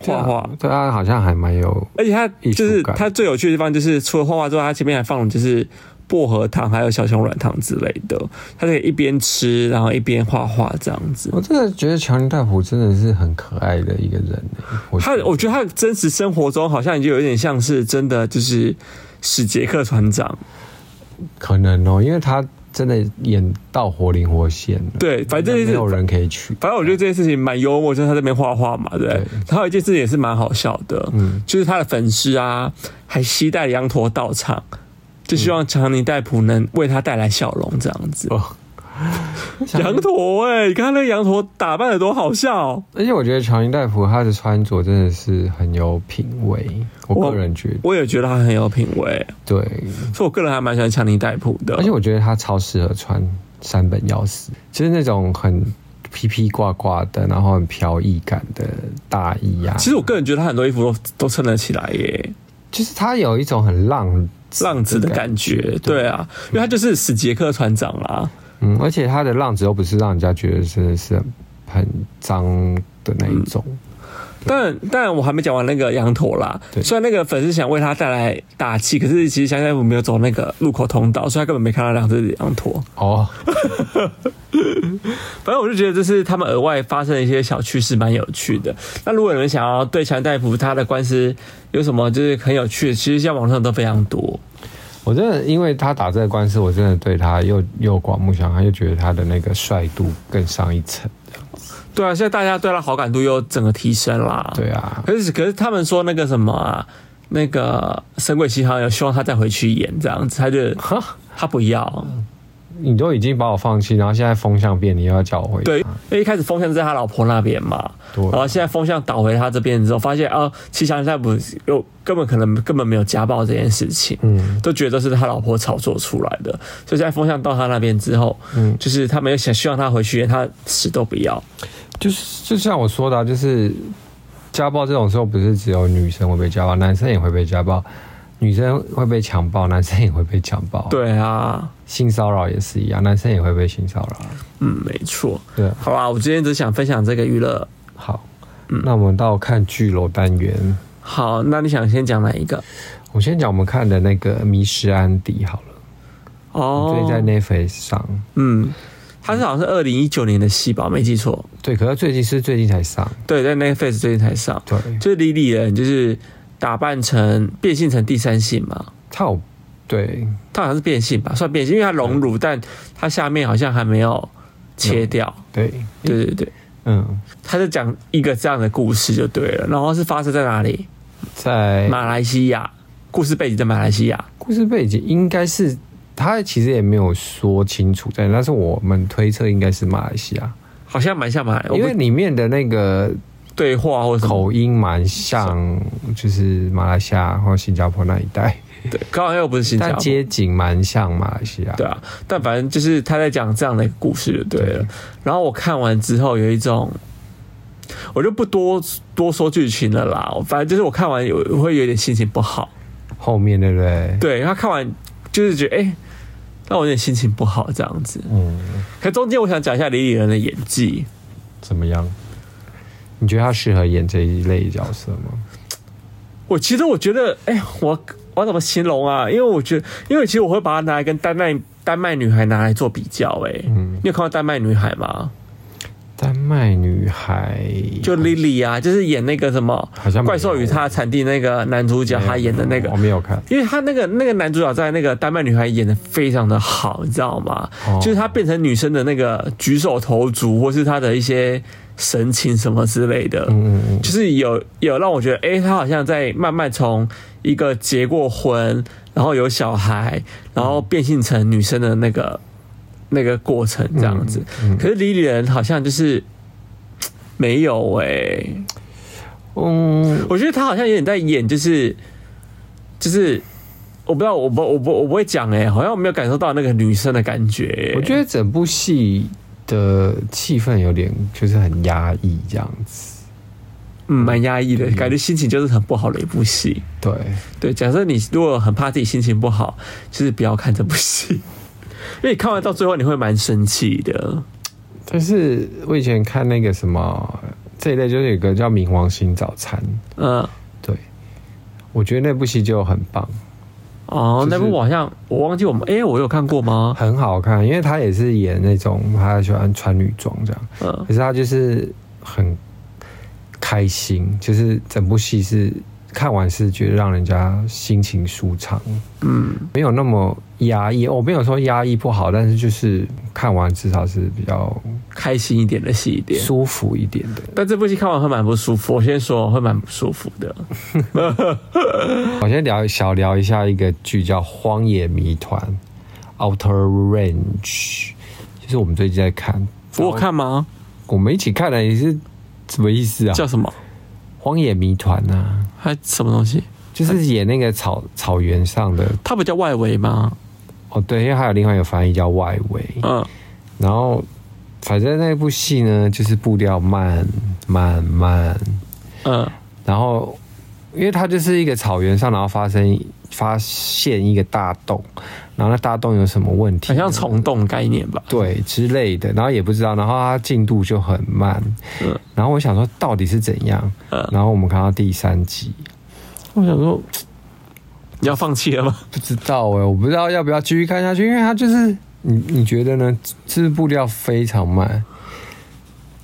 Speaker 2: 画画，
Speaker 1: 对啊，好像还蛮有
Speaker 2: 而且他就
Speaker 1: 艺
Speaker 2: 是
Speaker 1: 术感
Speaker 2: 他最有趣的地方，就是除了画画之外，他前面还放了就是薄荷糖还有小熊软糖之类的，他可以一边吃然后一边画画这样子。
Speaker 1: 我真的觉得乔尼戴普真的是很可爱的一个人欸、我
Speaker 2: 他
Speaker 1: 觉得
Speaker 2: 我觉得他真实生活中好像就有点像是真的就是史杰克船长，
Speaker 1: 可能哦、因为他真的演到活灵活现了，
Speaker 2: 对，反正就是
Speaker 1: 没有人可以取。
Speaker 2: 反正我觉得这件事情蛮幽默，就是他在那边画画嘛，对不对
Speaker 1: 对。
Speaker 2: 然后有一件事情也是蛮好笑的，
Speaker 1: 嗯
Speaker 2: 就是他的粉丝啊，还期待羊驼到场，就希
Speaker 1: 嗯
Speaker 2: 望强尼戴普能为他带来笑容这样子。 *laughs*
Speaker 1: 哦，
Speaker 2: 羊驼哎、你看那个羊驼打扮的多好笑，
Speaker 1: 而且我觉得乔尼戴普他的穿着真的是很有品味，我个人觉得
Speaker 2: 我也觉得他很有品味，
Speaker 1: 对，
Speaker 2: 所以我个人还蛮喜欢强尼戴普的。
Speaker 1: 而且我觉得他超适合穿山本耀司，就是那种很披披挂挂的，然后很飘逸感的大衣啊。
Speaker 2: 其实我个人觉得他很多衣服都都撑得起来耶，
Speaker 1: 就是他有一种很浪
Speaker 2: 浪子的感觉，对
Speaker 1: 啊，
Speaker 2: 啊，因为他就是史杰克船长啦，
Speaker 1: 嗯，而且他的浪子又不是让人家觉得真的是很很脏的那一种，
Speaker 2: 嗯但但我还没讲完那个羊驼啦，
Speaker 1: 对
Speaker 2: 虽然那个粉丝想为他带来打气，可是其实香香我没有走那个路口通道，所以他根本没看到两只羊驼。
Speaker 1: 哦，
Speaker 2: 反正我就觉得这是他们额外发生的一些小趣事，蛮有趣的。那如果有人想要对强大夫他的官司有什么就是很有趣的，其实现在网上都非常多。
Speaker 1: 我真的因为他打这个官司，我真的对他又又刮目相看，又觉得他的那个帅度更上一层。
Speaker 2: 对啊，现在大家对他好感度又整个提升啦。
Speaker 1: 对
Speaker 2: *laughs*
Speaker 1: 啊，
Speaker 2: 可是可是他们说那个什么啊，那个《神鬼奇航》有希望他再回去演这样子，他就
Speaker 1: 哈，
Speaker 2: 他不要。
Speaker 1: 你都已经把我放弃，然后现在风向变，你又要叫我回
Speaker 2: 对，啊因为一开始风向在他老婆那边嘛，
Speaker 1: 对
Speaker 2: 然后现在风向倒回他这边之后，发现啊，其实强泰不有根本可能根本没有家暴这件事情，
Speaker 1: 嗯
Speaker 2: 都觉得是他老婆炒作出来的，所以现在风向到他那边之后，
Speaker 1: 嗯，
Speaker 2: 就是他们又想希望他回去，他死都不要。
Speaker 1: 就是就像我说的啊、就是家暴这种时候，不是只有女生会被家暴，男生也会被家暴，女生会被强暴，男生也会被强暴，，
Speaker 2: 对啊，
Speaker 1: 性骚扰也是一样，男生也会被性骚扰啊。
Speaker 2: 嗯，没错。
Speaker 1: 对啊，
Speaker 2: 好啦，我今天只想分享这个娱乐。
Speaker 1: 好，
Speaker 2: 嗯
Speaker 1: 那我们到看剧楼单元，
Speaker 2: 好，那你想先讲哪一个？
Speaker 1: 我先讲我们看的那个《迷失安迪》好了。
Speaker 2: 哦，
Speaker 1: 最在 Netflix 上，
Speaker 2: 嗯，它是好像是二零一九年的戏吧，没记错。
Speaker 1: 对，可是最近是最近才上，
Speaker 2: 对，在 Netflix 最近才上。
Speaker 1: 对，
Speaker 2: 就是李李人就是打扮成变性成第三性嘛，
Speaker 1: 它有对
Speaker 2: 他好像是变性吧，算变性，因为他隆
Speaker 1: 嗯
Speaker 2: 乳，但他下面好像还没有切掉。
Speaker 1: 对
Speaker 2: 对对对，
Speaker 1: 嗯，
Speaker 2: 他就讲一个这样的故事就对了。然后是发生在哪里？
Speaker 1: 在
Speaker 2: 马来西亚，故事背景在马来西亚。
Speaker 1: 故事背景应该是他其实也没有说清楚在哪，但是我们推测应该是马来西亚，
Speaker 2: 好像蛮像马来，我
Speaker 1: 因为
Speaker 2: 们
Speaker 1: 里面的那个
Speaker 2: 对话或者什么
Speaker 1: 口音蛮像，就是马来西亚或新加坡那一带，
Speaker 2: 对，刚好又不是新加
Speaker 1: 但
Speaker 2: 坡。
Speaker 1: 街景蛮像马来西亚。
Speaker 2: 对啊，但反正就是他在讲这样的一个故事就对了。
Speaker 1: 嗯
Speaker 2: 然后我看完之后有一种，我就不多多说剧情了啦。反正就是我看完有会有点心情不好，
Speaker 1: 后面对不对？
Speaker 2: 对，他看完就是觉得哎、诶让我有点心情不好这样子。
Speaker 1: 嗯，
Speaker 2: 可中间我想讲一下李李仁的演技，
Speaker 1: 怎么样？你觉得他适合演这一类角色吗？
Speaker 2: 我其实我觉得，哎、我我要怎么形容啊？因为我觉得，因为其实我会把它拿来跟丹麦丹麦女孩拿来做比较、哎、
Speaker 1: 嗯
Speaker 2: 你有看过丹麦女孩吗？
Speaker 1: 丹麦女孩
Speaker 2: 就 Lily 啊，就是演那个什么
Speaker 1: 好像没有
Speaker 2: 《
Speaker 1: 哦
Speaker 2: 怪兽与他的产地》那个男主角，他演的那个
Speaker 1: 嗯我。没有看，
Speaker 2: 因为他那个那个男主角在那个丹麦女孩演的非常的好，你知道吗？
Speaker 1: 哦
Speaker 2: 就是他变成女生的那个举手投足，或是他的一些神情什么之类的，
Speaker 1: 嗯嗯
Speaker 2: 就是有有让我觉得，哎、他好像在慢慢从一个结过婚，然后有小孩，然后变性成女生的那个那个过程这样子。
Speaker 1: 嗯嗯
Speaker 2: 可是李李仁好像就是嘖没有哎、
Speaker 1: 嗯嗯，
Speaker 2: 我觉得他好像有点在演，就是就是我不知道，我不我不我不会讲哎、好像我没有感受到那个女生的感觉欸、
Speaker 1: 我觉得整部戏的气氛有点就是很压抑这样子。
Speaker 2: 嗯蛮压抑的，感觉心情就是很不好的一部戏。
Speaker 1: 对，
Speaker 2: 对，假设你如果很怕自己心情不好，就是不要看这部戏， *laughs* 因为你看完到最后你会蛮生气的。
Speaker 1: 但是我以前看那个什么这一类，就是有个叫《冥王星早餐》，
Speaker 2: 嗯，
Speaker 1: 对，我觉得那部戏就很棒，
Speaker 2: 哦，那部我好像我忘记我们，哎、我有看过吗？
Speaker 1: 很好看，因为他也是演那种他喜欢穿女装这样，
Speaker 2: 嗯
Speaker 1: 可是他就是很开心，就是整部戏是看完是觉得让人家心情舒畅，
Speaker 2: 嗯，
Speaker 1: 没有那么压抑。哦我没有说压抑不好，但是就是看完至少是比较
Speaker 2: 开心一点的戏一点。
Speaker 1: 舒服一点的。
Speaker 2: 但这部戏看完会蛮不舒服，我先说会蛮不舒服的。
Speaker 1: 我先聊小聊一下一个剧叫《荒野谜团》（Outer Range），就是我们最近在看。
Speaker 2: 我有看吗？
Speaker 1: 我们一起看的，你是什么意思啊？
Speaker 2: 叫
Speaker 1: 《
Speaker 2: 什么？
Speaker 1: 荒野谜团》啊。
Speaker 2: 还什么东西？
Speaker 1: 就是演那个草草原上的
Speaker 2: 它不叫外围吗？
Speaker 1: 哦，对，因为还有另外一个翻译叫外围。
Speaker 2: 嗯，
Speaker 1: 然后，反正那部戏呢，就是步调慢慢慢，
Speaker 2: 嗯
Speaker 1: 然后因为它就是一个草原上，然后发生发现一个大洞，然后那大洞有什么问题
Speaker 2: 很
Speaker 1: 呢？
Speaker 2: 像虫洞概念吧？
Speaker 1: 对之类的，然后也不知道，然后它进度就很慢。
Speaker 2: 嗯
Speaker 1: 然后我想说到底是怎样？
Speaker 2: 嗯，
Speaker 1: 然后我们看到第三集，
Speaker 2: 我想说，你要放弃了吗？ *laughs*
Speaker 1: 不知道哎、我不知道要不要继续看下去，因为它就是你你觉得呢？是不是步调非常慢？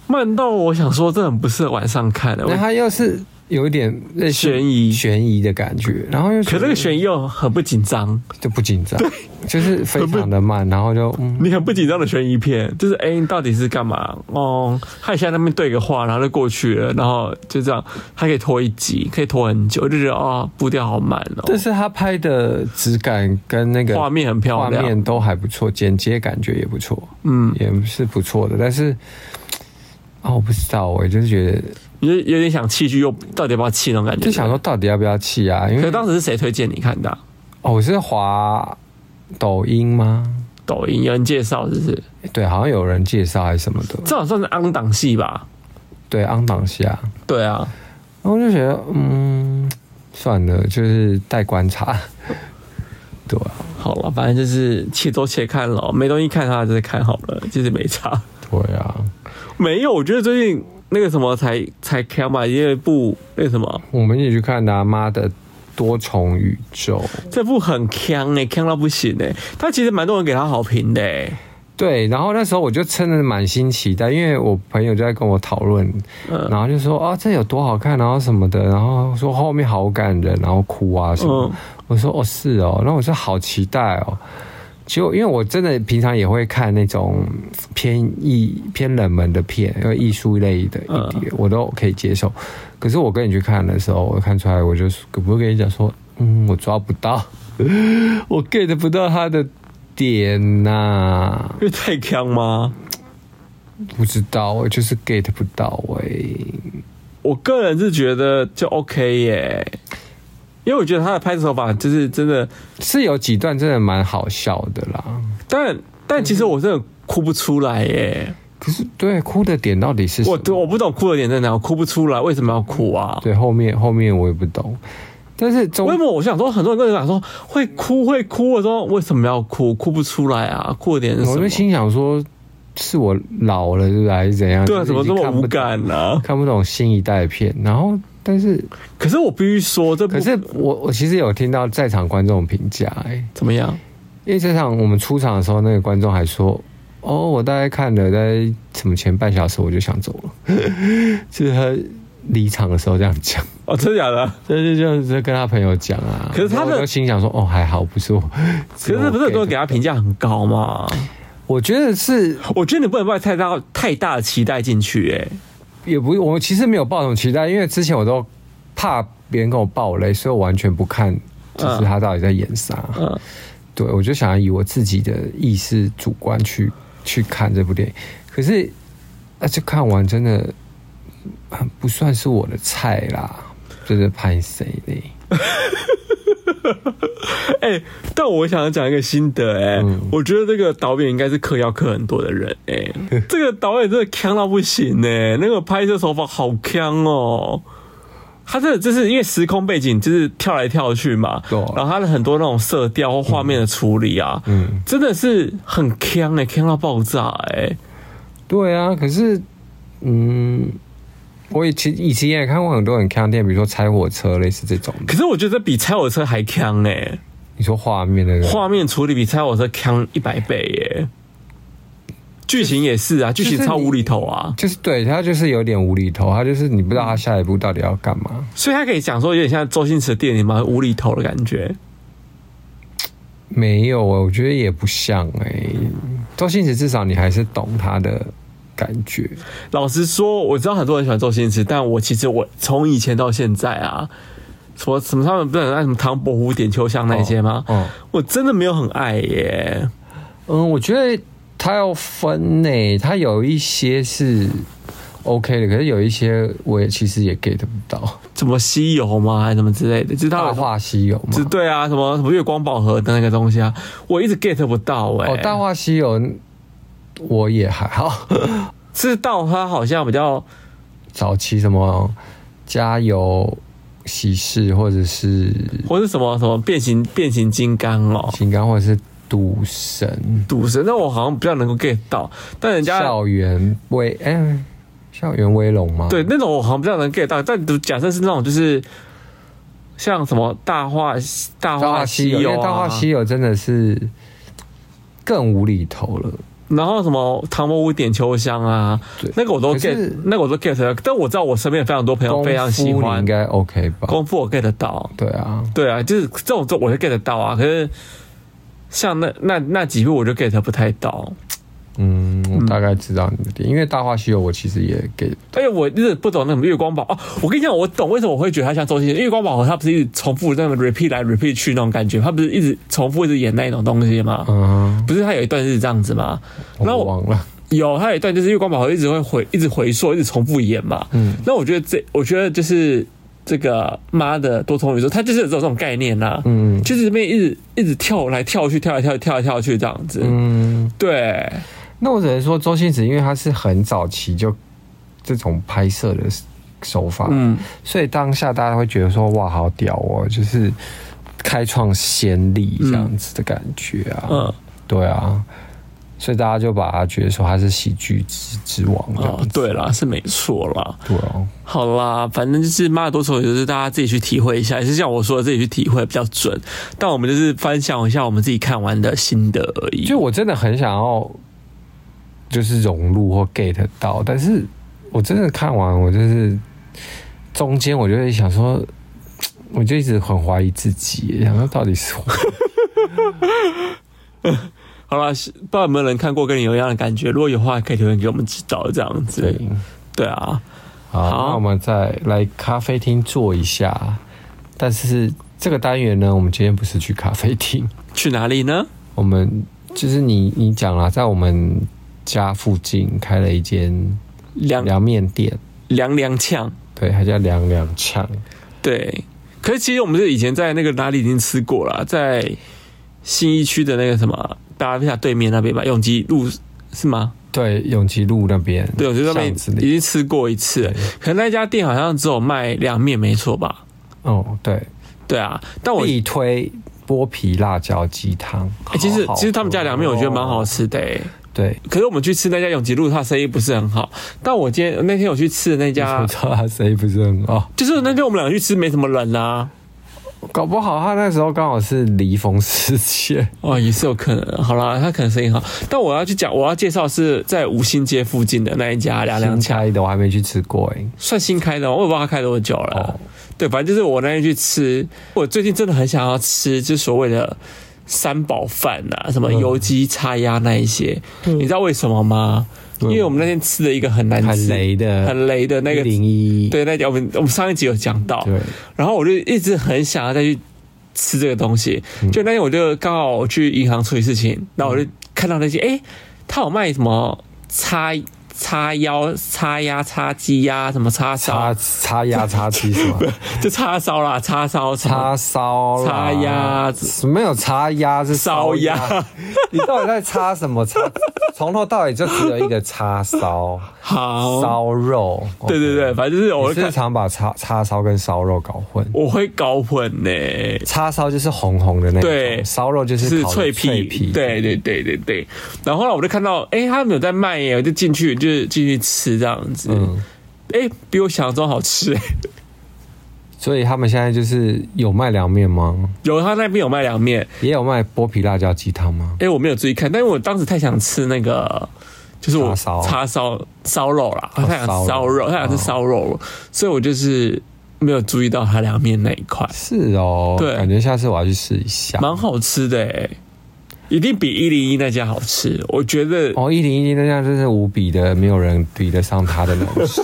Speaker 2: 慢到我想说，这很不适合晚上看的。我
Speaker 1: 那它又是有一点类似
Speaker 2: 悬疑
Speaker 1: 悬疑的感觉，然后又
Speaker 2: 可这个悬疑又很不紧张，
Speaker 1: 就不紧张，就是非常的慢，然后就嗯，
Speaker 2: 你很不紧张的悬疑片，就是哎、你到底是干嘛？哦，他现在那边对个话，然后就过去了，然后就这样，还可以拖一集，可以拖很久，就觉得哦，步调好慢哦，
Speaker 1: 但是他拍的质感跟那个
Speaker 2: 画面很漂
Speaker 1: 画
Speaker 2: 亮，
Speaker 1: 面都还不错，剪接感觉也不错，
Speaker 2: 嗯，
Speaker 1: 也是不错的，但是。啊，我不知道，我就是觉得，
Speaker 2: 有有点想弃剧，又到底要不要弃那种感觉，
Speaker 1: 就想说。到底要不要弃啊？因
Speaker 2: 可
Speaker 1: 为
Speaker 2: 是当时是谁推荐你看的啊、
Speaker 1: 哦，我是滑抖音吗？
Speaker 2: 抖音有人介绍，是不是？
Speaker 1: 对，好像有人介绍还是什么的，
Speaker 2: 这好像是昂档戏吧？
Speaker 1: 对，昂档下，
Speaker 2: 对啊，
Speaker 1: 然后就觉得，嗯，算了，就是待观察，对啊，
Speaker 2: 好了，反正就是且走且看了，没东西看他就是看好了，就是没差。
Speaker 1: 对啊，
Speaker 2: 没有，我觉得最近那个什么才才开嘛，一部那个什么，
Speaker 1: 我们一起去看他妈的多重宇宙，
Speaker 2: 这部很强哎、欸，强到不行哎、他其实蛮多人给他好评的、欸，
Speaker 1: 对，然后那时候我就真的满心期待，因为我朋友就在跟我讨论，
Speaker 2: 嗯
Speaker 1: 然后就说啊这有多好看，然后什么的，然后说后面好感人，然后哭啊什么的，
Speaker 2: 嗯
Speaker 1: 我说哦是哦，那我说好期待哦。结果因为我真的平常也会看那种偏艺偏冷门的片，因为艺术类的一点、我都可以接受。可是我跟你去看的时候，我看出来我就是我不会跟你讲说，嗯，我抓不到， *laughs* 我 get 不到他的点呐、
Speaker 2: 因为太强吗？
Speaker 1: 不知道欸，就是 get 不到哎、
Speaker 2: 我个人是觉得就 OK 耶、因因为我觉得他的拍摄手法就是真的，
Speaker 1: 是有几段真的蛮好笑的啦。
Speaker 2: 但但其实我真的哭不出来耶，
Speaker 1: 可是对哭的点到底是什
Speaker 2: 我
Speaker 1: 么？
Speaker 2: 我不懂哭的点在哪，我哭不出来，为什么要哭啊？
Speaker 1: 对后面后面我也不懂，但是中
Speaker 2: 为什么我想说，很多人跟我讲说会哭会哭，我说为什么要哭？哭不出来啊，哭的点是什
Speaker 1: 我
Speaker 2: 么
Speaker 1: 就？心想说，是我老了，对不对？还是怎样？
Speaker 2: 对
Speaker 1: 就
Speaker 2: 啊，
Speaker 1: 是
Speaker 2: 怎么
Speaker 1: 已
Speaker 2: 这
Speaker 1: 经
Speaker 2: 么
Speaker 1: 看不
Speaker 2: 无感呢、啊
Speaker 1: 懂？？看不懂新一代的片，然后但是
Speaker 2: 可是我必须说，这部
Speaker 1: 可是我我其实有听到在场观众评价、哎，
Speaker 2: 怎么样？
Speaker 1: 因为这场我们出场的时候，那个观众还说：“哦，我大概看了在什么前半小时，我就想走了。” *laughs* 就是他离场的时候这样讲，
Speaker 2: 哦，真的假的？
Speaker 1: 就是就是跟他朋友讲啊。
Speaker 2: 可是他的
Speaker 1: 然后我就心想说：“哦，还好不 *laughs* 是我。”
Speaker 2: 可是不是很多人给他评价很高吗？
Speaker 1: 我觉得是
Speaker 2: 我觉得你不能抱太大太大的期待进去、哎，
Speaker 1: 也不，我其实没有抱什么期待，因为之前我都怕别人跟我爆雷，所以我完全不看，就是他到底在演啥。
Speaker 2: 嗯
Speaker 1: 对，我就想要以我自己的意识主观去去看这部电影，可是啊，就看完真的啊不算是我的菜啦，真的拍谁呢？
Speaker 2: 哎、但我想讲一个心得、哎、
Speaker 1: 嗯
Speaker 2: 我觉得这个导演应该是嗑药嗑很多的人，哎、 *laughs* 这个导演真的强到不行、哎，那个拍摄手法好强哦。他这就是因为时空背景就是跳来跳去嘛，
Speaker 1: 对
Speaker 2: 然后他的很多那种色调或画面的处理啊，
Speaker 1: 嗯，
Speaker 2: 真的是很强哎、强到爆炸哎、
Speaker 1: 对啊，可是嗯，我以前以前也看过很多很看的电影，比如说拆火车类似这种的，
Speaker 2: 可是我觉得比拆火车还强哎、
Speaker 1: 你说画面那个
Speaker 2: 画面处理比拆火车强一百倍耶、剧情也是啊，剧
Speaker 1: 是
Speaker 2: 情超无厘头啊，
Speaker 1: 就是对他就是有点无厘头，他就是你不知道他下一步到底要干嘛。
Speaker 2: 所以他可以讲说有点像周星驰的电影嘛，无厘头的感觉。
Speaker 1: 没有啊我觉得也不像哎、周星驰至少你还是懂他的感觉。
Speaker 2: 老实说，我知道很多人喜欢周星驰，但我其实我从以前到现在啊，什么什么他们不是很爱什么唐伯虎点秋香那一些吗？
Speaker 1: 哦哦
Speaker 2: 我真的没有很爱耶、
Speaker 1: 嗯，我觉得他要分呢、他有一些是 OK 的，可是有一些我也其实也 get 不到。
Speaker 2: 什么西游嘛，还是什么之类的，知道
Speaker 1: 大话西游嘛哦
Speaker 2: 是，对啊，什么什么月光宝盒的那个东西啊，我一直 get 不到哎、
Speaker 1: 哦，大话西游我也还好。 *laughs*
Speaker 2: 知道他好像比较
Speaker 1: 早期什么加油喜事，或者是
Speaker 2: 或是什么什么变形变形金刚哦，
Speaker 1: 金刚，或者是赌神，
Speaker 2: 赌神，那我好像比较能够 get 到，但人家
Speaker 1: 校园威哎、校园威龙吗？
Speaker 2: 对那种我好像比较能 get 到，但假设是那种就是像什么大话大
Speaker 1: 大
Speaker 2: 话
Speaker 1: 话
Speaker 2: 西
Speaker 1: 西游，因
Speaker 2: 游
Speaker 1: 为大
Speaker 2: 啊
Speaker 1: 话，西游真的是更无厘头了。
Speaker 2: 然后什么唐伯虎点秋香啊
Speaker 1: 对，
Speaker 2: 那个我都
Speaker 1: 可
Speaker 2: get，
Speaker 1: 是
Speaker 2: 那个我都 get 得到，但我知道我身边有非常多朋友
Speaker 1: 功
Speaker 2: 非常喜
Speaker 1: 夫你
Speaker 2: 欢
Speaker 1: 应该 OK 吧？
Speaker 2: 功夫，我 get 得到，
Speaker 1: 对啊，
Speaker 2: 对啊，就是这种这种我就 get 得到啊，可是像那那那几部我就 get 不太到。
Speaker 1: 嗯，我大概知道你的点，因为《大话西游》我其实也给
Speaker 2: 而且我一直不懂那什么月光宝哦，我跟你讲，我懂为什么我会觉得它像周星驰。月光宝盒它不是一直重复那么 repeat 来 repeat 去那种感觉，它不是一直重复一直演那种东西吗？
Speaker 1: 嗯，
Speaker 2: 不是，它有一段是这样子吗？那
Speaker 1: 我
Speaker 2: 我
Speaker 1: 忘了，
Speaker 2: 有，它有一段就是月光宝盒一直会回，一直回溯，一直重复演嘛。
Speaker 1: 嗯，
Speaker 2: 那我觉得这，我觉得就是这个妈的多重宇宙，它就是有这种概念啦、啊
Speaker 1: 嗯
Speaker 2: 就是这边一直一直跳来跳去，跳来跳去，跳来跳去这样子。
Speaker 1: 嗯，
Speaker 2: 对，
Speaker 1: 那我只能说周星驰，因为他是很早期就这种拍摄的手法，
Speaker 2: 嗯，
Speaker 1: 所以当下大家会觉得说哇，好屌哦，就是开创先例这样子的感觉啊，
Speaker 2: 嗯
Speaker 1: 对啊。所以大家就把他觉得说他是喜剧之之王这样
Speaker 2: 哦，
Speaker 1: 子，
Speaker 2: 对啦，是没错啦。
Speaker 1: 对啊，
Speaker 2: 好啦，反正就是妈的多愁，就是大家自己去体会一下，也是像我说的自己去体会比较准。但我们就是分享一下我们自己看完的心得而已。
Speaker 1: 就我真的很想要，就是融入或 get 到，但是我真的看完，我就是中间我就会想说，我就一直很怀疑自己，想说到底是我
Speaker 2: 好啦，是不知道有没有人看过跟你有一样的感觉？如果有的话，可以留言给我们知道，这样子。
Speaker 1: 对。
Speaker 2: 对啊，
Speaker 1: 好，
Speaker 2: 好
Speaker 1: 那我们再来咖啡厅坐一下，但是这个单元呢，我们今天不是去咖啡厅， *laughs*
Speaker 2: 去哪里呢？
Speaker 1: 我们就是你你讲啦，在我们家附近开了一间
Speaker 2: 凉
Speaker 1: 凉面店，
Speaker 2: 凉凉呛，
Speaker 1: 对，它叫凉凉呛。
Speaker 2: 对。可是其实我们是以前在那个哪里已经吃过了，在新一区的那个什么大家下对面那边吧，永吉路是吗？
Speaker 1: 对，永吉路那边，
Speaker 2: 对，永吉路那边
Speaker 1: 巷子
Speaker 2: 已
Speaker 1: 里，
Speaker 2: 经吃过一次了
Speaker 1: 对，
Speaker 2: 可那家店好像只有卖凉面，没错吧？
Speaker 1: 哦，对，
Speaker 2: 对啊，但我、
Speaker 1: 必推剥皮辣椒鸡汤。
Speaker 2: 欸其实
Speaker 1: 好好
Speaker 2: 其实他们家凉面我觉得蛮好
Speaker 1: 哦。
Speaker 2: 吃的、欸，
Speaker 1: 对，
Speaker 2: 可是我们去吃那家永吉路，他生意不是很好。但我今天那天我去吃的那
Speaker 1: 我
Speaker 2: 家，
Speaker 1: 知道他生意不是很好，
Speaker 2: 就是那天我们两个去吃，没什么人啊。
Speaker 1: 搞不好他那时候刚好是离峰时期。
Speaker 2: 哦，也是有可能。好啦，他可能生意好，但我要去讲，我要介绍是在五星街附近的那一家凉凉
Speaker 1: 新
Speaker 2: 菜，
Speaker 1: 开的我还没去吃过哎、
Speaker 2: 算新开的吗，我也不知道他开多久了。
Speaker 1: 哦
Speaker 2: 对，反正就是我那天去吃，我最近真的很想要吃，就所谓的三宝饭啊，
Speaker 1: 嗯
Speaker 2: 什么油鸡叉鸭那一些，你知道为什么吗？因为我们那天吃了一个很难吃、
Speaker 1: 嗯很雷的
Speaker 2: 很雷的那个
Speaker 1: 零一
Speaker 2: 对，那家我们我们上一集有讲到，
Speaker 1: 对，
Speaker 2: 然后我就一直很想要再去吃这个东西。
Speaker 1: 嗯
Speaker 2: 就那天我就刚好我去银行处理事情，然后我就看到那些，诶，他有卖什么叉叉腰、叉鸭、叉鸡鸭，什么叉
Speaker 1: 叉
Speaker 2: 烧，啊
Speaker 1: 叉
Speaker 2: *laughs*
Speaker 1: 鸭叉鸡什么
Speaker 2: 就叉烧啦，叉烧什么
Speaker 1: 叉烧啦
Speaker 2: 叉鸭子
Speaker 1: 什么有叉鸭是烧 *laughs*
Speaker 2: 烧鸭
Speaker 1: 你到底在叉什么叉？ *laughs* 从头到尾就只有一个叉烧
Speaker 2: 好，
Speaker 1: 烧肉。
Speaker 2: 哦对对对，反正就是我
Speaker 1: 我
Speaker 2: 会
Speaker 1: 是
Speaker 2: 看，
Speaker 1: 常把叉叉烧跟烧肉搞混。
Speaker 2: 我会搞混呢、
Speaker 1: 叉烧就是红红的那种，
Speaker 2: 对
Speaker 1: 烧肉就是是烤的
Speaker 2: 脆
Speaker 1: 脆
Speaker 2: 皮，对对对对对。然后后来我就看到，哎、他们有在卖耶，我就进去，就是进去吃这样子。
Speaker 1: 嗯，
Speaker 2: 哎、比我想象中好吃、欸。
Speaker 1: 所以他们现在就是有卖凉面吗？
Speaker 2: *laughs* 有他那边有卖凉面，
Speaker 1: 也有卖剥皮辣椒鸡汤吗？
Speaker 2: 哎、我没有注意看，但是我当时太想吃那个，就是
Speaker 1: 叉
Speaker 2: 我
Speaker 1: 烧
Speaker 2: 叉烧烧肉啦，
Speaker 1: 哦
Speaker 2: 太想吃烧
Speaker 1: 烧
Speaker 2: 肉，
Speaker 1: 肉哦
Speaker 2: 太想吃烧肉了，所以我就是没有注意到他凉面那一块，
Speaker 1: 是哦，
Speaker 2: 对
Speaker 1: 感觉下次我要去试一下。
Speaker 2: 蛮好吃的、欸，一定比一零一那家好吃，我觉得。
Speaker 1: 哦，一零一那家真是无比的，没有人比得上他的难
Speaker 2: *laughs*
Speaker 1: 吃。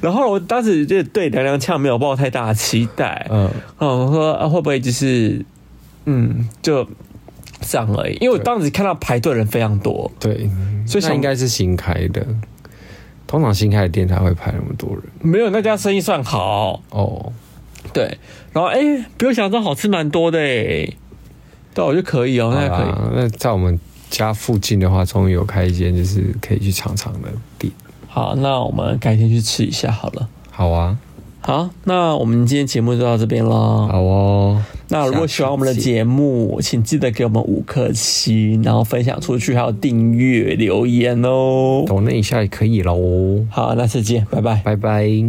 Speaker 2: 然后我当时就对凉凉呛没有抱太大的期待，
Speaker 1: 嗯，
Speaker 2: 嗯，我说、啊、会不会就是，嗯，就这样而已，因为我当时看到排队的人非常多，
Speaker 1: 对，
Speaker 2: 所以
Speaker 1: 那
Speaker 2: 想
Speaker 1: 应该是新开的，通常新开的店才会排那么多人。
Speaker 2: 没有那家生意算好，
Speaker 1: 哦，
Speaker 2: 对，然后哎、诶比我想象中好吃蛮多的哎，对，我觉得可以哦，
Speaker 1: 好
Speaker 2: 那也可以。
Speaker 1: 啦，那在我们家附近的话，终于有开一间就是可以去尝尝的店。
Speaker 2: 好，那我们改天去吃一下好了。
Speaker 1: 好啊，
Speaker 2: 好，那我们今天节目就到这边喽。
Speaker 1: 好哦，
Speaker 2: 那如果喜欢我们的
Speaker 1: 下次见
Speaker 2: 节目，请记得给我们五颗星，然后分享出去，还有订阅、留言哦。
Speaker 1: 抖那一下也可以喽，
Speaker 2: 好，那次见，拜拜。
Speaker 1: 拜拜。